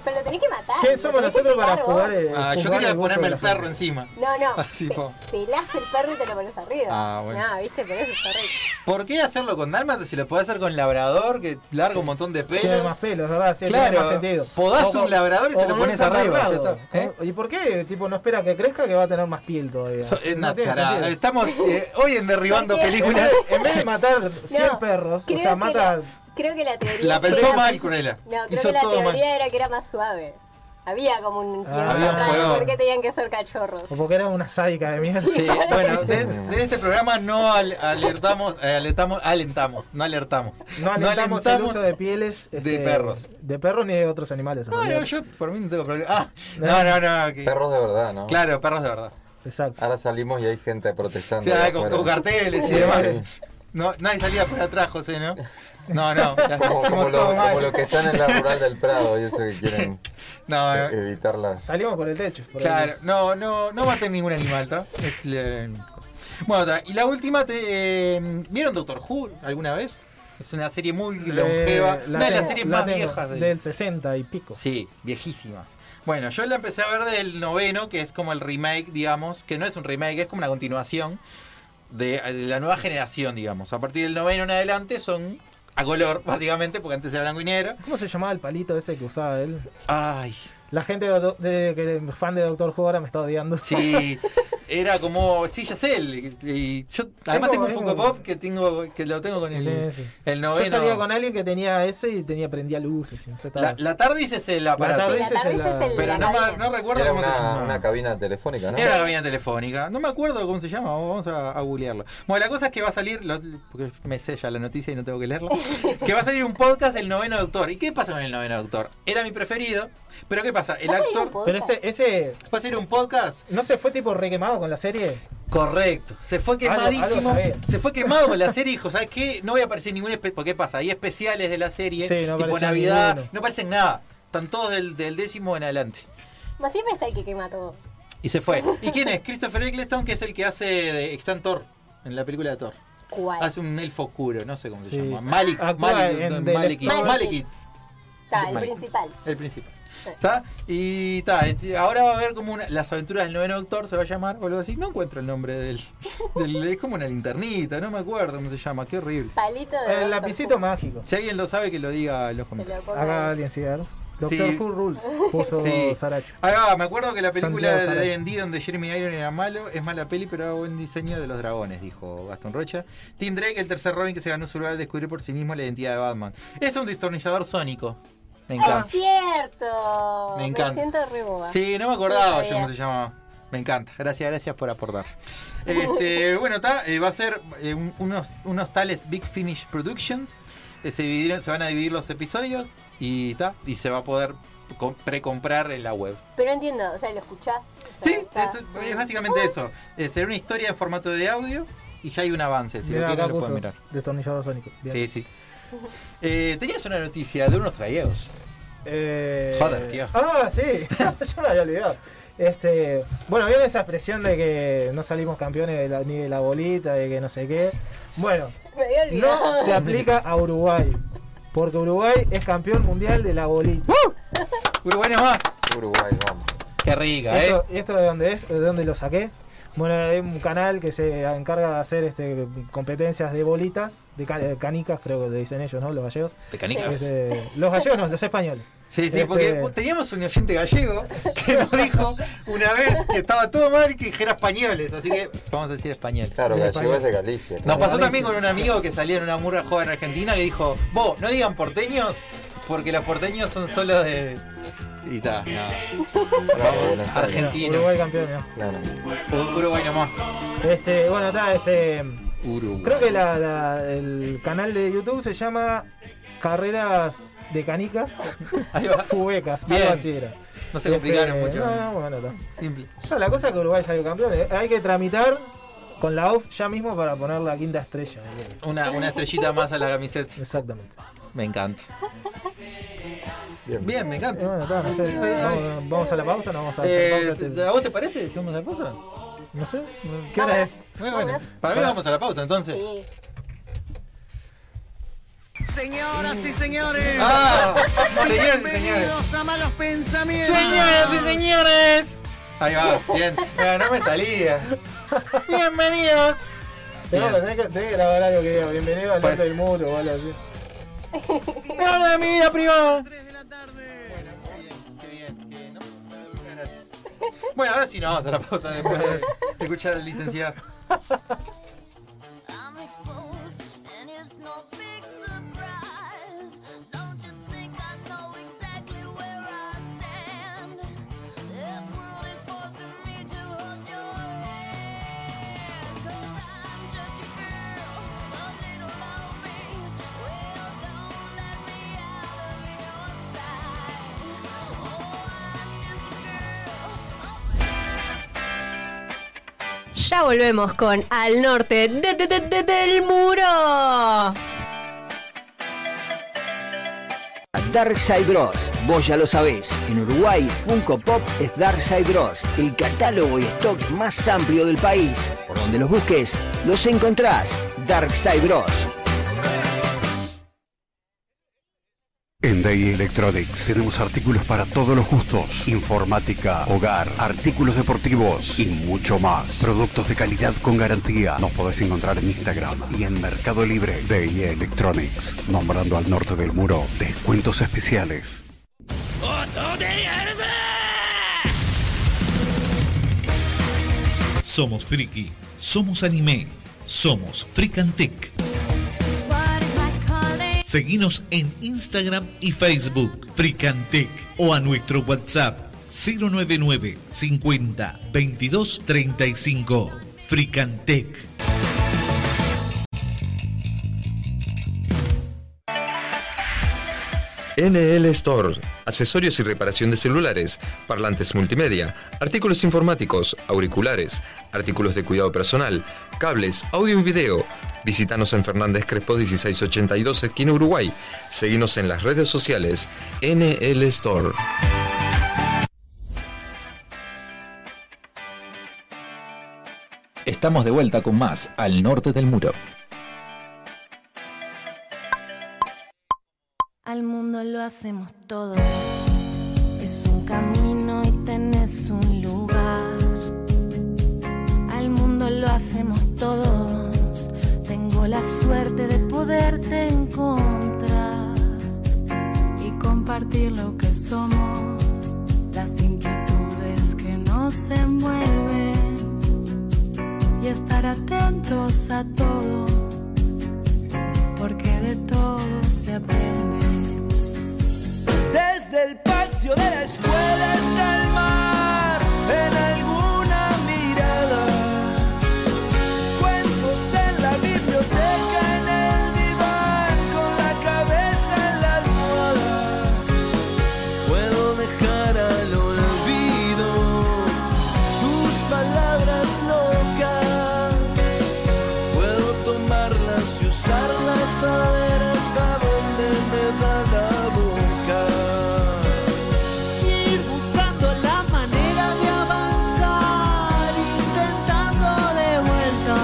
S3: pero lo tenés que matar.
S4: ¿Quién
S3: lo
S4: somos
S3: tenés que
S4: nosotros para
S3: pegar vos.
S4: jugar? Ah, eh,
S1: Ah, yo
S4: juzgar
S1: quería
S4: el gusto
S1: ponerme
S4: de la
S1: el perro
S4: gente?
S1: encima.
S3: No, no.
S1: Así,
S3: pe-
S1: po.
S3: pelás el perro y te lo pones arriba.
S1: Ah, bueno.
S3: No, viste, pero eso es horrible.
S1: ¿Por qué hacerlo con dálmata si lo podés hacer con labrador que larga un montón de
S4: Tiene
S1: pelo?
S4: más pelos, ¿verdad? Sí,
S1: Claro.
S4: tiene más sentido.
S1: Podás
S4: O con-
S1: un labrador y
S4: o
S1: te lo
S4: con un
S1: pones arriba, ya
S4: San Bernardo.
S1: está, ¿eh?
S4: ¿Y por qué? Tipo, no espera que crezca que va a tener más piel todavía.
S1: So- eh, es
S4: no
S1: una
S4: tiene
S1: tarada.
S4: sentido.
S1: Estamos eh, hoy en derribando
S3: ¿Por qué?
S1: películas.
S4: En vez de matar 100
S3: No,
S4: perros, o
S3: creo
S4: sea,
S3: que
S4: mata...
S3: la- creo que la teoría.
S1: La
S3: es que
S1: pensó
S3: era-
S1: mal, Cruella.
S3: No, creo
S1: Hizo
S3: que la
S1: todo mal.
S3: teoría era que era más suave. Había como un guión
S4: Ah,
S1: había un
S3: atrás de
S1: juego.
S3: por qué tenían que ser cachorros.
S4: O porque era una sádica de mierda.
S1: Sí, bueno, de, de este programa no al- alertamos, eh, alertamos, alentamos, no alertamos.
S4: No alentamos el uso de pieles... este,
S1: de perros.
S4: De perros ni de otros animales. en
S1: No,
S4: realidad.
S1: no, yo por mí no tengo problema. Ah, no, no, no. que-
S2: Perros de verdad, ¿no?
S1: Claro, perros de verdad.
S4: Exacto.
S2: Ahora salimos y hay gente protestando.
S1: Sí, ah,
S2: allá
S1: con,
S2: afuera.
S1: con carteles y demás. No, no hay salida por atrás, José, ¿no? No, no. ya está,
S2: Como,
S1: hicimos
S2: como,
S1: todo
S2: lo-
S1: mal.
S2: como los que están en la rural del Prado y eso que quieren
S1: No,
S2: eh,
S1: no,
S2: evitar las.
S4: Salimos por el techo. por ahí.
S1: Claro, no, no, no maten ningún animal, ¿está? Es la- Bueno, ta, y la última, te, eh, ¿vieron Doctor Who alguna vez? Es una serie muy
S4: Eh,
S1: longeva,
S4: la
S1: una de las
S4: tengo,
S1: series
S4: la
S1: más
S4: tengo,
S1: viejas del-
S4: Del 60 y pico.
S1: Sí, viejísimas. Bueno, yo la empecé a ver del noveno, que es como el remake, digamos, que no es un remake, es como una continuación de, de la nueva generación, digamos. A partir del noveno en adelante son a color, básicamente, porque antes era blanco y negro.
S4: ¿Cómo se llamaba el palito ese que usaba él?
S1: Ay,
S4: La gente de, de- que fan de Doctor Who ahora me está odiando.
S1: Sí, era como, sí, ya sé, el- y yo además tengo
S4: Tengo-
S1: un Funko
S4: tengo-
S1: Pop que tengo que lo tengo con
S4: Sí,
S1: el,
S4: sí.
S1: el
S4: Yo salía con
S1: noveno.
S4: alguien que tenía eso y tenía prendía luces. y no sé, estaba-
S1: La, la TARDIS es el aparato,
S3: Sí,
S4: TARDIS
S3: la
S4: Ese es
S3: tarde
S4: el-
S3: es el.
S1: pero
S3: la
S1: no, me-
S3: cabina.
S1: no recuerdo
S2: Era
S1: cómo se
S2: una,
S1: llamaba.
S2: una cabina telefónica, ¿no?
S1: Era la cabina telefónica. No me acuerdo cómo se llama, vamos a, a googlearlo. Bueno, la cosa es que va a salir, lo- porque me sé ya la noticia y no tengo que leerla, que va a salir un podcast del noveno doctor. ¿Y qué pasa con el noveno doctor? Era mi preferido, pero ¿qué pasa? El
S3: ¿Va a salir un
S1: actor...
S4: Pero ese, ese
S1: ¿Va a salir un podcast?
S4: no se fue tipo re quemado con la serie.
S1: Correcto. Se fue quemadísimo.
S4: Algo- algo sabía.
S1: se fue quemado con la serie, hijo. ¿Sabes qué? No voy a aparecer ningún. espe- Porque pasa, hay especiales de la serie.
S4: Sí, no
S1: tipo
S4: apareció
S1: Navidad.
S4: ninguno.
S1: No aparecen nada. Están todos del, del décimo en adelante.
S3: Bueno, Siempre está el que quema todo.
S1: Y se fue. ¿Y quién es? Christopher Eccleston, que es el que hace de está en Thor. En la película de Thor.
S3: ¿Cuál?
S1: Hace un elfo oscuro, no sé cómo se
S4: Sí.
S1: llama. Malik.
S4: Actúa
S1: Malik.
S4: en
S1: no,
S4: The
S1: Malekith,
S3: Leftovers.
S1: Malekith,
S3: Está, el
S1: Mike.
S3: principal.
S1: el principal.
S3: Sí.
S1: ¿Está? Y está. este, Ahora va a haber como una, las aventuras del noveno doctor, se va a llamar o algo así. No encuentro el nombre del. del- es como una linternita, no me acuerdo cómo se llama. Qué horrible.
S3: Palito de.
S4: El
S3: Doctor
S4: lapicito
S3: Who.
S4: mágico.
S1: Si alguien lo sabe, que lo diga en los
S3: Que lo
S1: comentarios.
S3: ponga
S4: Haga
S3: ahí.
S4: alguien cigar. Doctor
S1: Sí.
S4: Who Rules, puso
S1: Sí.
S4: Saracho.
S1: Ahora, me acuerdo que la película
S4: Santiago
S1: de
S4: Sala.
S1: D&D donde Jeremy Iron era malo es mala peli, pero era buen diseño de los dragones, dijo Gaston Rocha. Tim Drake, el tercer Robin que se ganó su lugar al descubrir por sí mismo la identidad de Batman. Es un destornillador sónico. Me
S3: ¡Es
S1: encanta.
S3: cierto!
S1: Me encanta.
S3: siento re boba.
S1: Sí, no me acordaba
S3: No
S1: yo cómo se
S3: sabía.
S1: llamaba. Me encanta. Gracias, gracias por aportar. Este, bueno, está, eh, va a ser eh, un- unos, unos tales Big Finish Productions. Eh, se, dividieron- se van a dividir los episodios y está. Y se va a poder co- precomprar en la web.
S3: Pero entiendo, o sea, lo escuchás. O sea,
S1: Sí,
S3: está-
S1: eso- es básicamente eso. Eh, será una historia en formato de audio y ya hay un avance. Si lo
S4: Mira,
S1: quieren,
S4: acá
S1: lo pueden
S4: puso
S1: mirar.
S4: destornillador sónico. Bien.
S1: Sí, sí. Eh, tenías una noticia de unos tragos.
S4: Eh,
S1: Joder, tío.
S4: Ah, sí, yo me había olvidado. Este, bueno, viene esa expresión de que no salimos campeones de la- ni de la bolita, de que no sé qué. Bueno,
S3: Me había olvidado.
S4: no se aplica a Uruguay, porque Uruguay es campeón mundial de la bolita.
S1: Uh, Uruguay nomás.
S2: Uruguay, vamos.
S1: Qué rica, ¿eh?
S4: ¿Esto, esto de dónde es? ¿De dónde lo saqué? Bueno, hay un canal que se encarga de hacer este, competencias de bolitas, de ca- de canicas, creo que le dicen ellos, ¿no? Los gallegos.
S1: Te canicas.
S4: Este, los gallegos, no, los españoles.
S1: Sí, sí,
S4: Este-
S1: porque teníamos un oyente gallego que nos dijo una vez que estaba todo mal que dijera españoles, así que vamos a decir español.
S2: Claro,
S4: De
S2: Gallego
S4: España.
S2: es de Galicia.
S1: Nos
S2: claro.
S1: pasó también con un amigo que salía en una murra joven argentina que dijo, vos, no digan porteños, porque los porteños son solo de... Y está, no.
S2: Claro, de Buenos Aires.
S1: Argentinos.
S4: Uruguay campeón, ¿no?
S2: Claro.
S1: Ur- Uruguay nomás.
S4: Este, bueno, está, este...
S1: Uruguay.
S4: Creo que la- la- el canal de YouTube se llama Carreras de Canicas
S1: Ahí va.
S4: Fubecas,
S1: Bien.
S4: algo así era.
S1: No se complicaron
S4: Este,
S1: mucho.
S4: No, no, bueno, está.
S1: Simple.
S4: No, la cosa es que Uruguay salió campeón. eh. Hay que tramitar con la OFF ya mismo para poner la quinta estrella. eh.
S1: Una, una estrellita más a la camiseta.
S4: Exactamente.
S1: Me encanta.
S2: Bien.
S1: Bien, me
S4: Eh,
S1: encanta.
S4: bueno, está, no sé, ¿Vamos, vamos a la pausa o no vamos a hacer
S1: Eh,
S4: pausa? Te-
S1: ¿A vos te parece si vamos a la pausa?
S4: No sé. ¿Qué hora
S3: Vámonos.
S4: es?
S1: Muy bueno.
S3: Vámonos.
S1: Para mí vamos a la pausa entonces.
S3: Sí.
S6: Señoras y señores,
S1: Ah, señores y señores.
S6: bienvenidos a malos pensamientos.
S1: Señoras y señores. Ahí va, bien. No, no me salía. Bienvenidos.
S4: Tengo que, tenés que- tenés que grabar algo que diga. Bienvenido al
S1: Pues-
S4: norte del muro o algo así.
S1: Me habla de mi vida privada.
S6: Tres de la tarde.
S1: Bueno, ahora sí nos vamos a la pausa después de escuchar al licenciado.
S7: I'm exposed, and it's no big surprise. Don't you think I know exactly where I stand? This world is forcing me to hold your hand. Cause I'm just a girl, a little lonely. Well, don't let me out of your sight. Oh, I'm just a girl, a
S3: Ya volvemos con Al Norte de- de- de- de- del Muro.
S8: Darkside Bros. Vos ya lo sabés. En Uruguay, Funko Pop es Darkside Bros. El catálogo y stock más amplio del país. Por donde los busques, los encontrás. Darkside Bros.
S9: En Day Electronics tenemos artículos para todos los gustos, informática, hogar, artículos deportivos y mucho más. Productos de calidad con garantía. Nos podés encontrar en Instagram y en Mercado Libre. Day Electronics, nombrando al norte del muro, descuentos especiales.
S6: Somos friki, somos anime, somos Fricantec.
S7: What am I calling?
S6: Seguinos en Instagram y Facebook, Fricantec, o a nuestro WhatsApp 099 50 22 35. Fricantec.
S2: NL Store, accesorios y reparación de celulares, parlantes multimedia, artículos informáticos, auriculares, artículos de cuidado personal, cables, audio y video. Visítanos en Fernández Crespo 1682, esquina Uruguay. Seguinos en las redes sociales. NL Store.
S6: Estamos de vuelta con más al norte del muro.
S7: Al mundo lo hacemos todo. Es un camino y tenés un lugar. Al mundo lo hacemos todos. Tengo la suerte de poderte encontrar y compartir lo que somos, las inquietudes que nos envuelven y estar atentos a todo, porque de todo se aprende.
S1: Desde el patio de la escuela hasta el mar, en alguna mirada. Cuentos en la biblioteca, en el diván, con la cabeza en la almohada. Puedo dejar al olvido tus palabras locas. Puedo tomarlas y usarlas a ver hasta dónde me da la boca. Ir buscando la manera de avanzar, intentando de vuelta.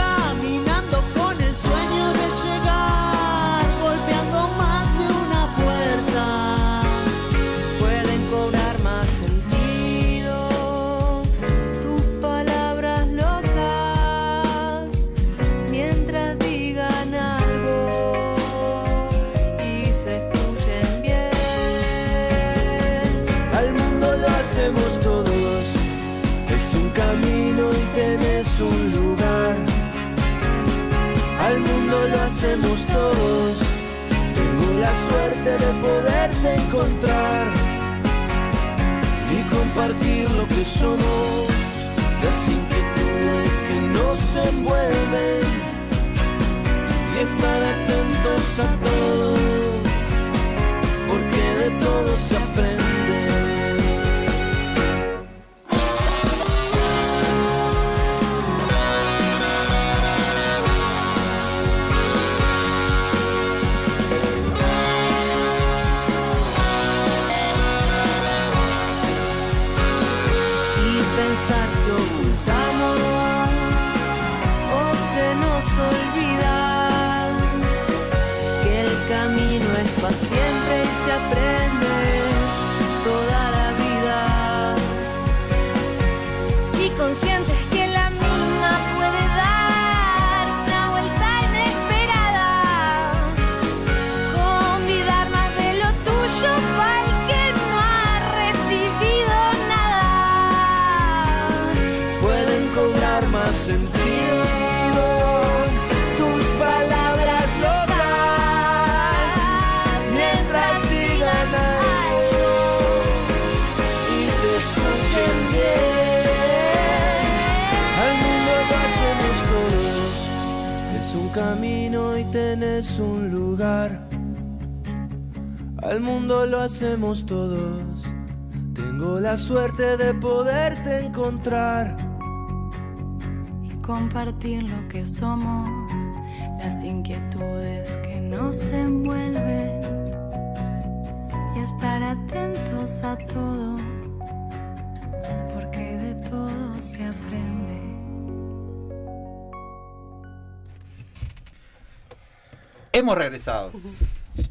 S1: Caminando con el sueño de llegar, golpeando más de una puerta. Pueden cobrar más sentido tus palabras locas mientras digan algo y se escuchen bien. Al mundo lo hacemos todos, es un camino y tenés un lugar. Al mundo lo hacemos todos, tengo la suerte de poderte encontrar y compartir lo que somos las inquietudes que nos envuelven y estar atentos a todo, porque de todo se aprende.
S7: y pensar que ocultamos o se nos olvida que el camino es para siempre y se aprende toda la vida. Y conscientes que la misma puede dar una vuelta inesperada convidar más de lo tuyo para el que no ha recibido nada.
S1: Pueden cobrar más sentido tus palabras locas mientras digan algo y se escuchen bien. Al mundo lo hacemos todos, es un camino y tenés un lugar. Al mundo lo hacemos todos. Tengo la suerte de poderte encontrar
S10: compartir lo que somos, las inquietudes que nos envuelven y estar atentos a todo, porque de todo se aprende.
S1: Hemos regresado.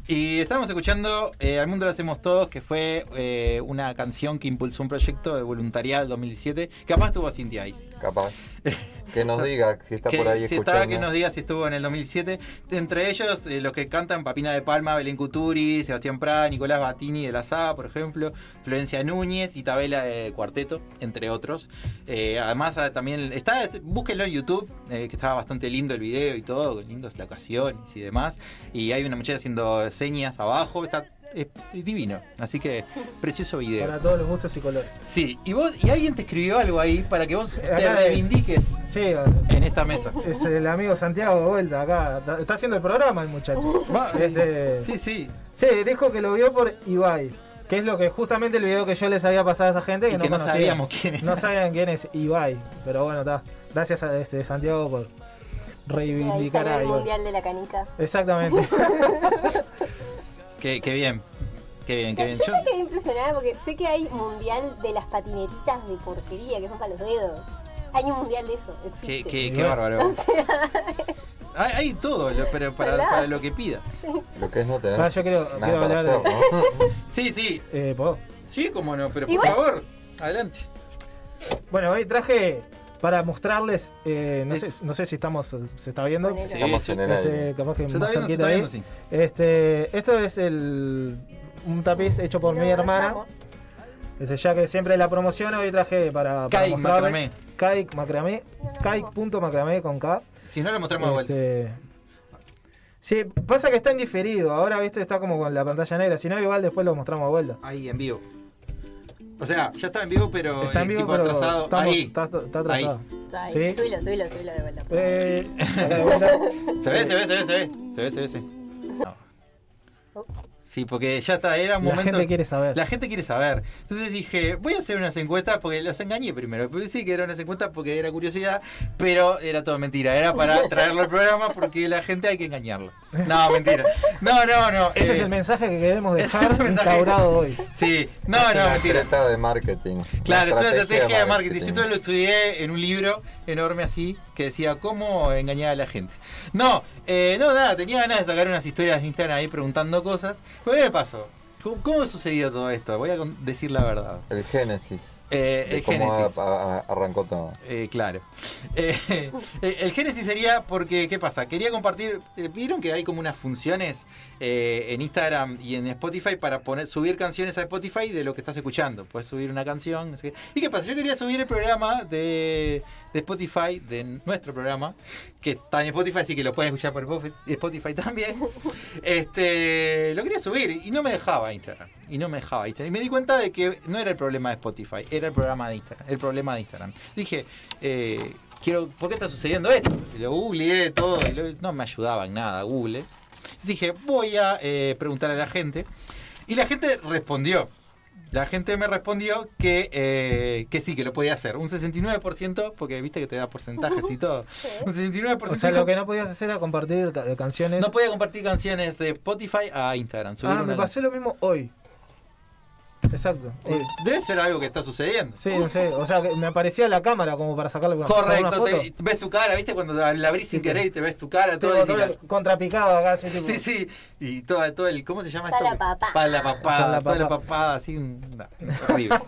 S1: Y estábamos escuchando eh, Al Mundo lo hacemos todos, que fue eh, una canción que impulsó un proyecto de voluntariado 2017. Capaz estuvo Cintia ahí.
S2: Capaz. Que nos diga si está
S1: Que-
S2: por ahí
S1: si
S2: escuchando.
S1: estaba, que nos diga si estuvo en el 2007. Entre ellos, eh, los que cantan Papina de Palma, Belén Cuturi, Sebastián Prada, Nicolás Batini de la Saba, por ejemplo, Florencia Núñez y Tabela de Cuarteto, entre otros. Eh, además, ah, también está, búsquenlo en YouTube, eh, que estaba bastante lindo el video y todo, lindas locaciones y demás. Y hay una muchacha haciendo señas abajo, está es divino. Así que, precioso video.
S4: Para todos los gustos y colores.
S1: Sí, y vos, y alguien te escribió algo ahí para que vos te
S4: Acá, eh,
S1: reivindiques
S4: Sí,
S1: en esta mesa.
S4: es el amigo Santiago de vuelta acá. Está- Está haciendo el programa el muchacho.
S1: Va, eh,
S4: Este-
S1: Sí, sí.
S4: Sí, dijo que lo vio por Ibai. Que es lo que justamente el video que yo les había pasado a esta gente
S1: Y
S4: que,
S1: que no
S4: conocía.
S1: sabíamos quién era.
S4: No sabían quién es Ibai. Pero bueno, está. Gracias a este Santiago por
S3: Sí, ahí
S4: reivindicar
S3: salió
S4: a
S3: el
S4: Ibai.
S3: mundial de la canica.
S4: Exactamente.
S1: Qué, qué bien. Qué bien, qué bien.
S3: Yo
S1: Yo-
S3: me quedé impresionada porque sé que hay mundial de las patinetitas de porquería que son para los dedos. Hay un mundial de eso,
S1: qué,
S3: existe.
S1: qué- qué bárbaro. Hay, hay todo, lo- pero para,
S3: ¿Verdad?
S1: para lo que pidas.
S2: Lo que es no tener
S4: Ah, yo quiero,
S2: nada
S4: quiero
S2: para
S4: hablar
S2: hacer,
S4: de.
S2: ¿no?
S1: Sí, sí.
S4: Eh, ¿puedo?
S1: Sí, cómo no, pero por
S3: Igual-
S1: favor, adelante.
S4: Bueno, hoy traje para mostrarles. eh, no, sé, no sé si estamos. ¿Se está viendo?
S3: Ponelo.
S2: Estamos en el
S4: Este,
S2: aire.
S4: capaz que
S1: Se está viendo,
S4: más
S1: se
S4: cerquita
S1: está
S4: ahí.
S1: viendo, sí.
S4: Este, esto es el, un tapiz hecho por
S3: No,
S4: mi
S3: no
S4: hermana.
S3: estamos.
S4: Este, ya que siempre la promociono, hoy traje para, para
S1: Kaik
S4: mostrarle.
S1: Macramé.
S4: Kaik Macramé.
S3: No, no,
S4: Kaik.macramé con K.
S1: Si no, lo mostramos de vuelta.
S4: Este, Sí, pasa que está en diferido. Ahora, viste, está como con la pantalla negra. Si no, igual después lo mostramos de vuelta.
S1: Ahí, en vivo. O sea, ya está en vivo, pero
S4: Está en
S1: eh,
S4: vivo,
S1: tipo
S4: pero
S1: atrasado.
S4: estamos-
S1: Ahí.
S4: está, está atrasado.
S3: Ay,
S4: Sí.
S3: Subilo, subilo, subilo de vuelta.
S4: Eh, acá de vuelta.
S1: Se ve, se ve, se ve, se ve. Se ve, se ve, se ve. No.
S3: Oh.
S1: Sí, porque ya está, era un
S4: La
S1: momento.
S4: gente quiere saber.
S1: La gente quiere saber. Entonces dije, voy a hacer unas encuestas porque los engañé primero. Pero sí que era unas encuestas porque era curiosidad, pero era todo mentira. Era para traerlo al programa porque la gente hay que engañarla. No, mentira. No, no, no.
S4: Ese
S1: eh,
S4: es el mensaje que queremos
S1: ese es el
S4: dejar
S1: mensaje.
S4: instaurado hoy.
S1: Sí, no,
S2: Es
S1: no,
S2: una
S1: mentira.
S2: treta de marketing.
S1: Claro, es una estrategia de marketing. Yo todo lo estudié en un libro enorme así que decía cómo engañar a la gente. No, eh, no, nada, tenía ganas de sacar unas historias de Instagram ahí preguntando cosas. Pero ¿qué me pasó? ¿Cómo, cómo sucedió todo esto? Voy a con- decir la verdad.
S2: El génesis.
S1: Eh,
S2: De
S1: el
S2: cómo
S1: Génesis.
S2: a- a- arrancó todo.
S1: Eh, claro. Eh, eh, el Génesis sería porque, ¿qué pasa? Quería compartir, eh, vieron que hay como unas funciones eh, en Instagram y en Spotify para poner, subir canciones a Spotify de lo que estás escuchando. Puedes subir una canción. no sé qué. ¿Y qué pasa? Yo quería subir el programa de, de Spotify, de nuestro programa, que está en Spotify, así que lo pueden escuchar por Spofi- Spotify también. Este, lo quería subir y no me dejaba Instagram. Y no me dejaba Instagram. Y me di cuenta de que no era el problema de Spotify, era el programa de Instagram. El problema de Instagram. Dije, eh, quiero, ¿por qué está sucediendo esto? Y lo googleé todo y lo- no me ayudaba en nada Google. Entonces dije, voy a eh, preguntar a la gente. Y la gente respondió. La gente me respondió que, eh, que sí, que lo podía hacer. Un 69%, porque viste que te da porcentajes y todo. Un 69%
S4: O sea,
S1: dijo-
S4: lo que no podías hacer era compartir ca- eh, canciones.
S1: no podía compartir canciones de Spotify a Instagram. subir
S4: ah,
S1: una
S4: me pasó lo mismo hoy. Exacto.
S1: can-
S4: hoy.
S1: Eh, Debe ser algo que está sucediendo.
S4: Sí, no sé. O sea, que me aparecía la cámara como para sacarle una, sacar una
S1: Correcto,
S4: foto.
S1: te- ves tu cara, ¿viste? Cuando la la abrís sin
S4: Sí, sí.
S1: querer y te ves tu cara, todo,
S4: Tipo,
S1: y
S4: todo
S1: la-
S4: contrapicado acá, así tipo.
S1: Sí, sí, y todo, todo el. ¿Cómo se llama esto?
S3: Palapapada.
S1: Palapapada,
S4: Palapapada.
S1: toda la papada, así. un- no, horrible.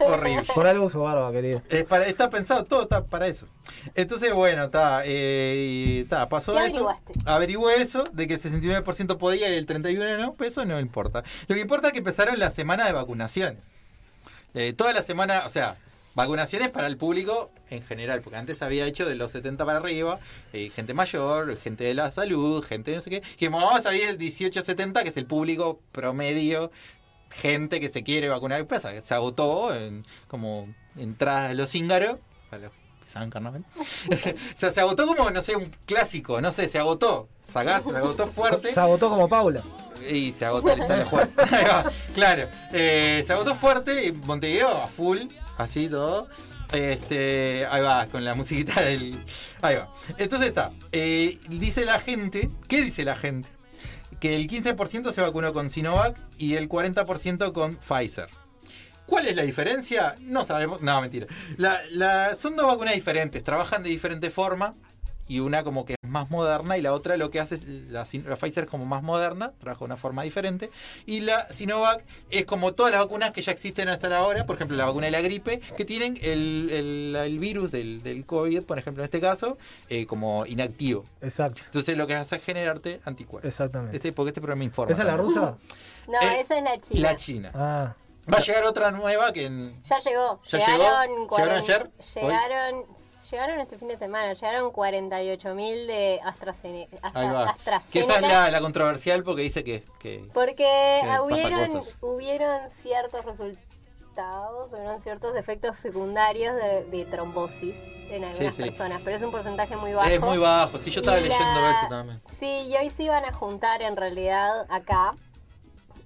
S1: horrible.
S4: Por algo uso barba, querido.
S1: Eh, para- está pensado, todo está para eso. Entonces, bueno, está, eh, está, pasó
S3: ¿Qué
S1: eso.
S3: averiguaste?
S1: Averigüé eso, de que el 69% podía y el 31% no, pero eso no importa. Lo que importa es que empezaron la semana de vacunaciones. Eh, toda la semana, o sea, vacunaciones para el público en general, porque antes había hecho de los 70 para arriba, eh, gente mayor, gente de la salud, gente de no sé qué, que vamos a salir el 18 a 70, que es el público promedio, gente que se quiere vacunar. ¿Qué pasa? Se agotó en, como entradas de los cíngaros, para los que saben carnaval. o sea, se agotó como, no sé, un clásico, no sé, se agotó. Sagaz, se agotó fuerte.
S4: Se agotó como Paula.
S1: Y se agotó el Sale Juárez. Ahí va, claro. Eh, se agotó fuerte, y Montevideo a full, así todo. Este, ahí va, con la musiquita del. Ahí va. Entonces está. eh, dice la gente. ¿Qué dice la gente? Que el 15% se vacunó con Sinovac y el 40% con Pfizer. ¿Cuál es la diferencia? No sabemos. No, mentira. La- la- son dos vacunas diferentes, trabajan de diferente forma. Y una como que es más moderna y la otra lo que hace es la, Sin- la Pfizer es como más moderna, trabaja de una forma diferente. Y la Sinovac es como todas las vacunas que ya existen hasta la hora, por ejemplo la vacuna de la gripe, que tienen el, el- el virus del, del COVID, por ejemplo en este caso, eh, como inactivo.
S4: Exacto,
S1: Entonces lo que hace es generarte anticuerpos.
S4: exactamente.
S1: Este, porque este programa informa.
S4: ¿Esa es la
S1: también.
S4: rusa?
S3: No,
S1: Eh,
S3: esa es la china.
S1: La China.
S4: Ah.
S1: Va a llegar otra nueva que en-
S3: Ya llegó.
S1: ¿Ya
S3: llegaron
S1: llegó?
S3: cuaren-
S1: ¿Llegaron ayer?
S3: Llegaron, llegaron este fin de semana. Llegaron 48.000 de AstraZene- Astra- AstraZeneca.
S1: Ahí va. Que esa es la, la controversial porque dice que, que-
S3: Porque
S1: Que
S3: hubieron,
S1: pasa cosas.
S3: hubieron ciertos resultados, hubieron ciertos efectos secundarios de, de trombosis en algunas
S1: sí.
S3: personas, pero es un porcentaje muy bajo.
S1: es muy bajo. Sí, yo estaba
S3: Y la-
S1: leyendo eso también.
S3: Sí, y hoy se iban a juntar en realidad acá.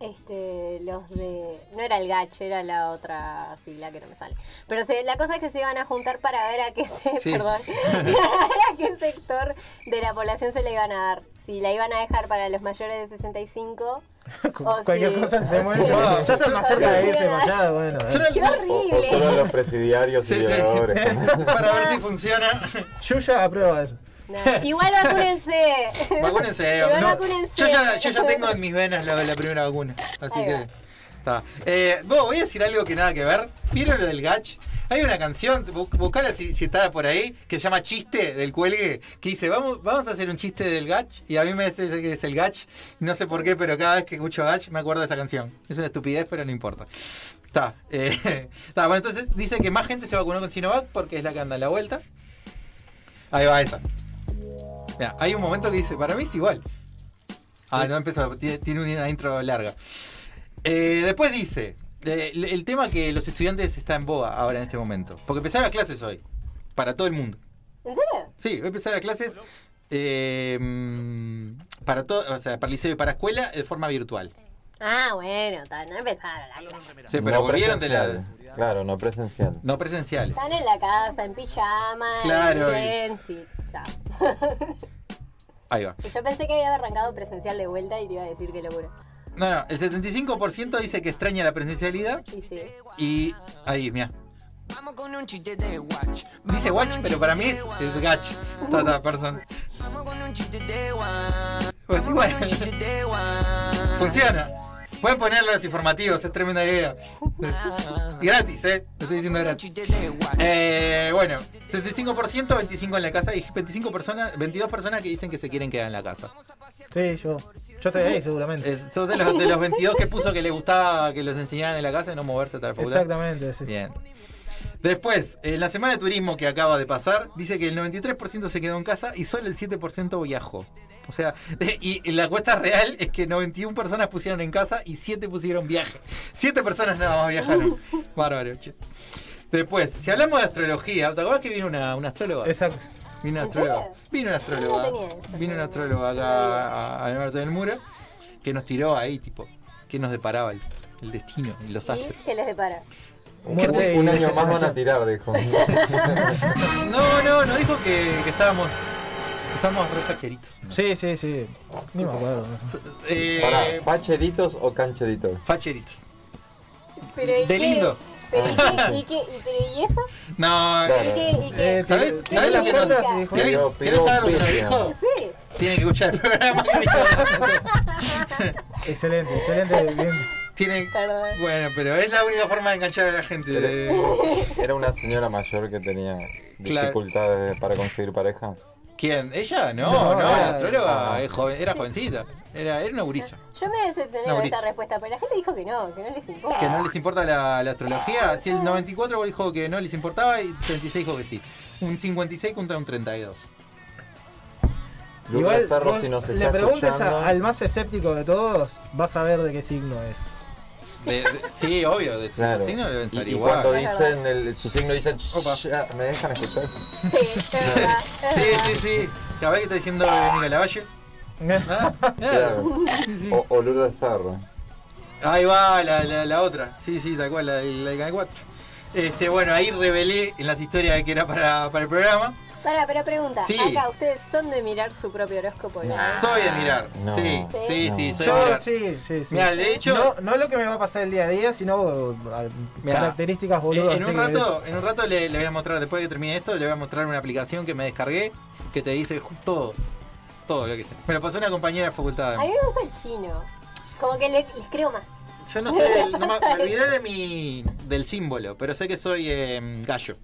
S3: Este, los de. No era el gache, era la otra sigla que no me sale. Pero se- la cosa es que se iban a juntar para ver a qué se.
S11: Sí.
S3: Perdón. para ver a qué sector de la población se le iban a dar. Si la iban a dejar para los mayores de 65. o
S4: Cualquier
S3: si-
S4: cosa se muere.
S2: Oh, Sí.
S4: Ya ya están más cerca de irse
S3: Funciona.
S4: para allá, bueno. eh.
S3: ¡Qué horrible!
S2: O solo los presidiarios y violadores.
S1: Para ver si funciona.
S4: Yo ya apruebo eso.
S3: No, Igual vacúnense.
S1: Vacúnense.
S3: Igual
S1: no.
S3: vacúnense.
S1: Yo ya, yo ya tengo en mis venas la, la primera vacuna. Así
S3: Ahí va.
S1: que. Está. Eh, vos, voy a decir algo que nada que ver. ¿Vieron lo del Gach? Hay una canción, bu- buscala si, si está por ahí, que se llama Chiste del Cuelgue, que dice, vamos, vamos a hacer un chiste del Gach. Y a mí me dice que es el Gach. No sé por qué, pero cada vez que escucho Gach me acuerdo de esa canción. Es una estupidez, pero no importa. Está. eh, está, bueno, entonces dice que más gente se vacunó con Sinovac porque es la que anda en la vuelta. Ahí va esa. Mirá, hay un momento que dice, para mí es igual. Ah, no empezó, tiene, tiene una intro larga. Eh, después dice, eh, el, el tema que los estudiantes está en boga ahora en este momento. Porque empezaron las clases hoy, para todo el mundo.
S3: ¿En serio?
S1: Sí, hoy empezaron las clases eh, mm, para todo, o sea, para liceo y para escuela de forma virtual.
S3: Ah, bueno, ta, no empezaron la clase.
S1: Sí, pero
S2: No
S1: volvieron de la-
S2: presencial. Claro, no presencial.
S1: No presenciales.
S3: Están en la casa, en pijama,
S1: Claro, y-
S3: en Renzi, ya.
S1: Ahí va.
S3: Y yo pensé que había arrancado presencial de vuelta y te iba a decir que locura.
S1: No, no, el 75% dice que extraña la presencialidad
S3: Y sí.
S1: y ahí, mira.
S6: Vamos con un chiste de watch.
S1: Dice Watch, pero para mí es, es Gach. Tata, persona.
S6: Vamos con un chiste de watch.
S1: Pues igual.
S6: Un chiste de watch.
S1: Funciona. Pueden ponerlo en los informativos, es tremenda idea. Y gratis, ¿eh? Lo estoy diciendo gratis. Eh, bueno, 75%, 25 en la casa y 25 personas, 22 personas que dicen que se quieren quedar en la casa.
S4: Sí, yo. Yo estoy ahí, seguramente.
S1: Es- sos de los, de los 22 que puso que les gustaba que los enseñaran en la casa y no moverse hasta la facultad.
S4: Exactamente, sí.
S1: Bien. Después, en la semana de turismo que acaba de pasar, dice que el 93% se quedó en casa y solo el 7% viajó. O sea, eh, y la cuesta real es que 91 personas pusieron en casa y 7 pusieron viaje. 7 personas nada más viajaron. Bárbaro, che. Después, si hablamos de astrología, ¿te acuerdas que vino una, una astróloga?
S4: Exacto.
S1: Vino una
S3: ¿En serio?
S1: astróloga. Vino una astróloga.
S3: No tenía eso.
S1: Vino una astróloga acá a- a- al norte del muro que nos tiró ahí, tipo, que nos deparaba el, el destino y los
S3: ¿Y
S1: astros.
S3: qué les depara?
S2: Un, un año más van a tirar, dijo.
S1: No, no, no dijo que, que estábamos. que estábamos re facheritos.
S4: Sí, sí, sí. Ni me acuerdo. no sé.
S1: Eh,
S2: Pará, ¿facheritos o cancheritos?
S1: Facheritos.
S3: Pero, ¿y
S1: De
S3: qué-
S1: lindos.
S3: Pero, ¿y, qué, y, qué- y- pero, ¿y eso?
S1: No,
S2: Claro.
S1: eh,
S3: ¿Y qué? ¿Y qué?
S4: Eh,
S1: ¿sabés,
S4: sí,
S1: sabés lo
S4: sí,
S1: que nos
S4: sí,
S1: ¿Querés,
S4: dijo.
S2: Pidió-
S1: querés
S2: pidió
S1: saber lo que nos
S2: piña.
S1: dijo?
S3: Sí.
S1: Tienen que escuchar el programa que dijo.
S4: Excelente, excelente. Bien.
S1: Tienen-
S3: Perdón.
S1: Bueno, pero es la única forma de enganchar a la gente. Eh,
S2: Era una señora mayor que tenía
S1: Claro.
S2: dificultades para conseguir pareja.
S1: ¿Quién? ¿Ella? No,
S4: No,
S1: no, la
S4: no.
S1: astróloga es joven- era jovencita. Era, era una gurisa.
S3: Yo me decepcioné
S1: No,
S3: con
S1: Brice.
S3: esta respuesta, pero la gente dijo que no, que no les importa.
S1: Que no les importa la, la astrología. Si el 94 dijo que no les importaba y 36 dijo que sí. Un 56 contra un 32.
S2: Lucas
S4: Igual,
S2: Ferro,
S4: vos
S2: si nos
S4: le
S2: está
S4: preguntes
S2: escuchando,
S4: a- al más escéptico de todos, vas a ver de qué signo es.
S1: De- de- sí, obvio, de
S2: Claro.
S1: sí, no deben
S2: y,
S1: ser
S2: y
S1: igual. Eh.
S2: cuando dicen, el, su signo dicen, "Shh, ah, ¿me dejan escuchar?
S3: Sí, es verdad, es
S1: Sí,
S3: verdad.
S1: sí, sí. Ya ves que está diciendo Verónica Lavalle. Ah, claro.
S2: Claro. O, o Lourdes Ferro.
S1: Ahí va la, la, la otra. Sí, sí, tal cual, la del 4. Este, bueno, ahí revelé en las historias de que era para, para el programa.
S3: Para, pero pregunta,
S1: Sí.
S3: acá ustedes son de mirar su propio horóscopo. ¿no?
S1: Soy de mirar.
S2: Ah, No.
S1: Sí, sí,
S2: No.
S1: sí, soy de
S4: Yo
S1: mirar.
S4: sí, sí, sí.
S1: Mirá, de hecho-
S4: no, no lo que me va a pasar el día a día, sino eh,
S1: Mirá,
S4: características boludas.
S1: Eh, en, un
S4: así que-
S1: rato, en un rato le, le voy a mostrar, después de que termine esto, le voy a mostrar una aplicación que me descargué que te dice ju- todo. Todo lo que sé. Me lo pasó una compañera de facultad.
S3: A mí me gusta el chino. Como que le- les creo más.
S1: Yo no sé, el- no me, me olvidé de mi, del símbolo, pero sé que soy eh, gallo.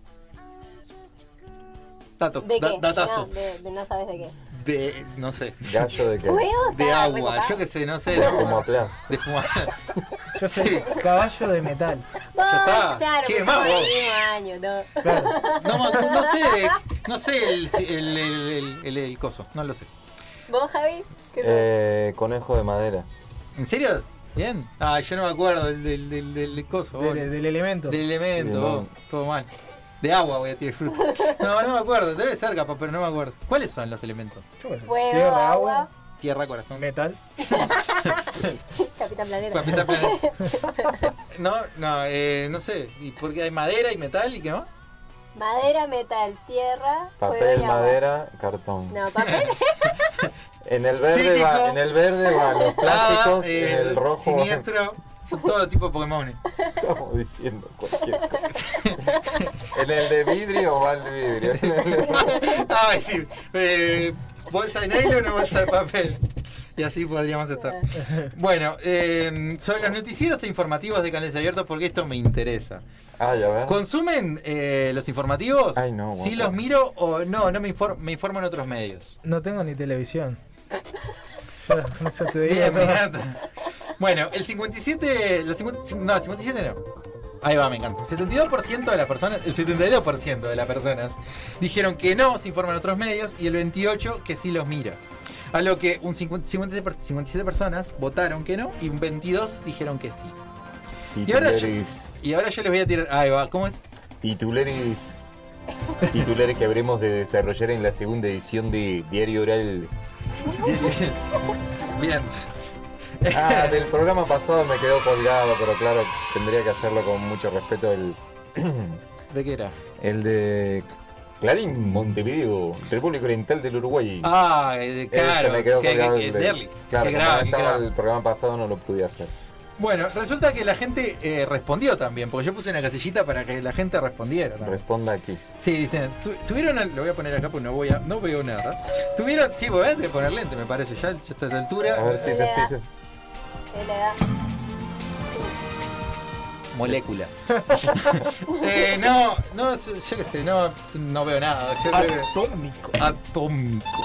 S1: Dato,
S3: ¿De
S1: da-
S3: qué?
S1: datazo.
S3: No, de, de no sabes de qué.
S1: De, no sé.
S2: Gallo de qué?
S3: Huevo,
S1: De
S3: está
S1: agua,
S3: recopado.
S1: yo qué sé, no sé.
S2: De Pumaplas.
S1: De espuma-
S4: Yo soy caballo de metal.
S3: Vos,
S1: está.
S3: Claro,
S1: ¿Qué
S3: que
S1: más,
S3: somos del
S1: vos?
S3: mismo año, no.
S1: No, no, no sé, no sé el, el, el, el- el- el coso, no lo sé.
S3: ¿Vos, Javi? ¿Qué tal?
S2: Eh, conejo de madera.
S1: ¿En serio? ¿Bien? Ah, yo no me acuerdo del, del, del, del coso. vos.
S4: Del, del elemento.
S1: Del elemento,
S2: Del
S1: vos.
S2: mon-
S1: todo mal. De agua voy a tirar fruta. No, no me acuerdo, debe ser capaz, pero no me acuerdo. ¿Cuáles son los elementos?
S4: Yo qué sé.
S3: Fuego, agua,
S4: Tierra, agua,
S1: Tierra, corazón.
S4: metal.
S3: Capitán Planeta.
S1: Papita planeta. No, no, eh, no sé. ¿Y por qué hay madera y metal y qué más?
S3: Madera, metal, tierra, fuego
S2: Papel,
S3: y agua.
S2: madera, cartón.
S3: No, papel.
S2: En el verde va,
S1: Psíquico.
S2: en el verde va los plásticos,
S1: Ah, eh,
S2: en el rojo va-
S1: Siniestro. Son todo tipo de Pokémon.
S2: estamos diciendo cualquier cosa. en el de vidrio va el de vidrio. En el de-
S1: Ah, sí. eh, bolsa de nylon o bolsa de papel. Y así podríamos estar. Bueno, eh, sobre los noticieros e informativos de canales abiertos, porque esto me interesa.
S2: Ay, a ver.
S1: ¿Consumen eh, los informativos?
S2: Ay, no,
S1: Si
S2: guapo.
S1: los miro o no, no me, infor- me informo en otros medios.
S4: No tengo ni televisión. Yo, no sé, te digo,
S1: Bien,
S4: no.
S1: me encanta. Bueno, el 57. La 50 no, el 57 no. Ahí va, me encanta. 72% de las personas, el 72% de las personas dijeron que no se informan otros medios y el 28% que sí los mira. A lo que un 50 57, per- 57 personas votaron que no y un 22 dijeron que sí. Y ahora yo-
S2: Tituleris,
S1: Y ahora yo les voy a tirar. Ahí va, ¿cómo es?
S2: tituleris, titulares que habremos de desarrollar en la segunda edición de Diario Oral.
S1: Bien.
S2: Ah, del programa pasado me quedó colgado, pero claro, tendría que hacerlo con mucho respeto el,
S1: ¿De qué era?
S2: el de Clarín Montevideo, República Oriental del Uruguay.
S1: Ah, eh,
S2: Ese
S1: claro.
S2: me quedó
S1: que-
S2: colgado
S1: que-
S2: el
S1: que-
S2: de-
S1: Derli.
S2: Claro,
S1: Qué
S2: como
S1: grave,
S2: no
S1: qué
S2: estaba
S1: grave.
S2: el programa pasado no lo pude hacer.
S1: Bueno, resulta que la gente eh, respondió también, porque yo puse una casillita para que la gente respondiera. también.
S2: Responda aquí.
S1: Sí, dicen, tu- tuvieron, al- lo voy a poner acá porque no voy a, no veo nada. Tuvieron, sí, vos tenés que poner lente, me parece, ya, ya está a esta altura.
S2: A ver si te
S3: Lea.
S2: sirve.
S3: ¿Qué le da?
S1: Moléculas. Eh, no, no, yo qué sé, no, no veo nada. Yo
S2: Ah,
S1: creo que-
S4: Atómico.
S1: atómico.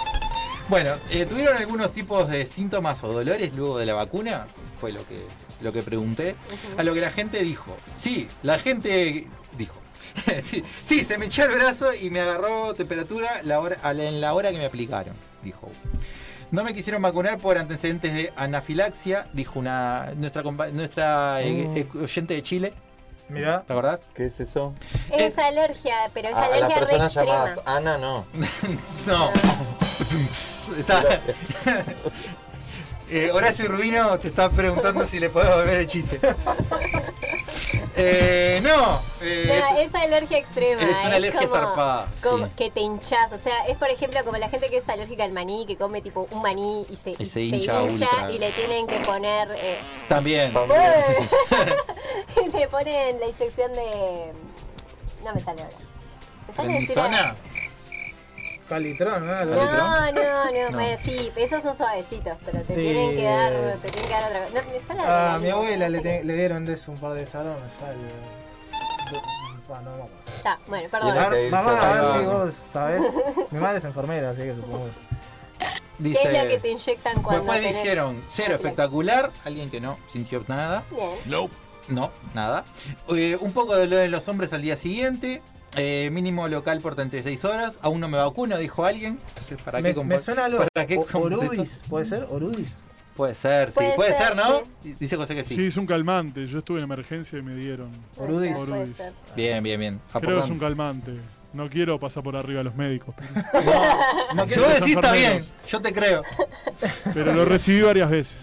S1: Bueno, eh, ¿tuvieron algunos tipos de síntomas o dolores luego de la vacuna? Fue lo que, lo que pregunté. A lo que la gente dijo. Sí, la gente dijo. sí, sí, se me echó el brazo y me agarró temperatura la hora, a la- en la hora que me aplicaron, dijo. No me quisieron vacunar por antecedentes de anafilaxia, dijo una nuestra, compa- nuestra eh,
S2: Mm.
S1: eh, oyente de Chile.
S4: Mirá.
S1: ¿Te acordás?
S2: ¿Qué es eso?
S3: Es,
S1: Es-
S3: alergia, pero es
S2: Ah, a
S3: alergia
S2: las
S3: re
S2: personas
S3: extrema.
S2: llamadas Ana, no.
S1: No. Está, Eh, Horacio Rubino te está preguntando si le podés volver el chiste. Eh, no. eh,
S3: No,
S1: es-
S3: es alergia extrema.
S1: Es una
S3: es
S1: alergia
S3: como-
S1: zarpada,
S3: como
S1: sí.
S3: Que te hinchas. O sea, es por ejemplo como la gente que es alérgica al maní, que come tipo un maní y se,
S1: Y se hincha ultra.
S3: y le tienen que poner. eh,
S1: También.
S2: También.
S3: y le ponen la inyección de. No me sale ahora. ¿Me sale decir ahora?
S1: ¿Prednisona?
S4: Calitrón,
S3: No,
S4: ¿no?
S3: no, no,
S1: No.
S3: pues, sí, esos son suavecitos, pero te
S4: Sí.
S3: tienen que dar, te tienen que dar otra cosa. No, me sale
S4: A
S3: adrenalina,
S4: mi abuela
S3: no
S4: le,
S3: sé qué.
S4: te- le dieron de eso un par de salones. Al... Ah, no, no.
S3: Está, bueno,
S2: Y la-
S3: perdón.
S2: que irse
S4: Mamá, a
S1: al
S4: ver si
S1: baño.
S4: vos sabés. Mi madre es enfermera, así que supongo.
S3: ¿Qué es lo que te
S1: Dice.
S3: inyectan cuando
S1: Después
S3: tenés-
S1: dijeron cero espectacular, alguien que no sintió nada,
S3: Bien.
S1: no, nada. Eh, un poco de dolor en los hombres al día siguiente, eh, mínimo local por 36 horas, aún no me vacuno, dijo alguien. Entonces, ¿para
S4: Me,
S1: qué compa-
S4: me suena algo.
S1: ¿Para qué
S4: O-
S1: contestas?
S4: Orudis, ¿puede ser? Orudis.
S1: Puede ser, sí,
S3: Puede
S1: puede,
S3: ser,
S1: ser, ¿no?
S3: sí.
S1: Dice José que sí.
S5: Sí, es un calmante. Yo estuve en emergencia y me dieron.
S4: Orudis.
S3: Puede ser, puede
S5: Orudis.
S3: ser.
S1: Bien, bien, bien.
S5: Creo que es
S1: Aportando.
S5: un calmante. No quiero pasar por arriba a los médicos. pero-
S4: No
S1: Si
S4: quiero
S1: vos
S5: que
S1: decís
S5: son
S1: está bien,
S5: enfermeros.
S1: yo te creo.
S5: Pero lo recibí varias veces.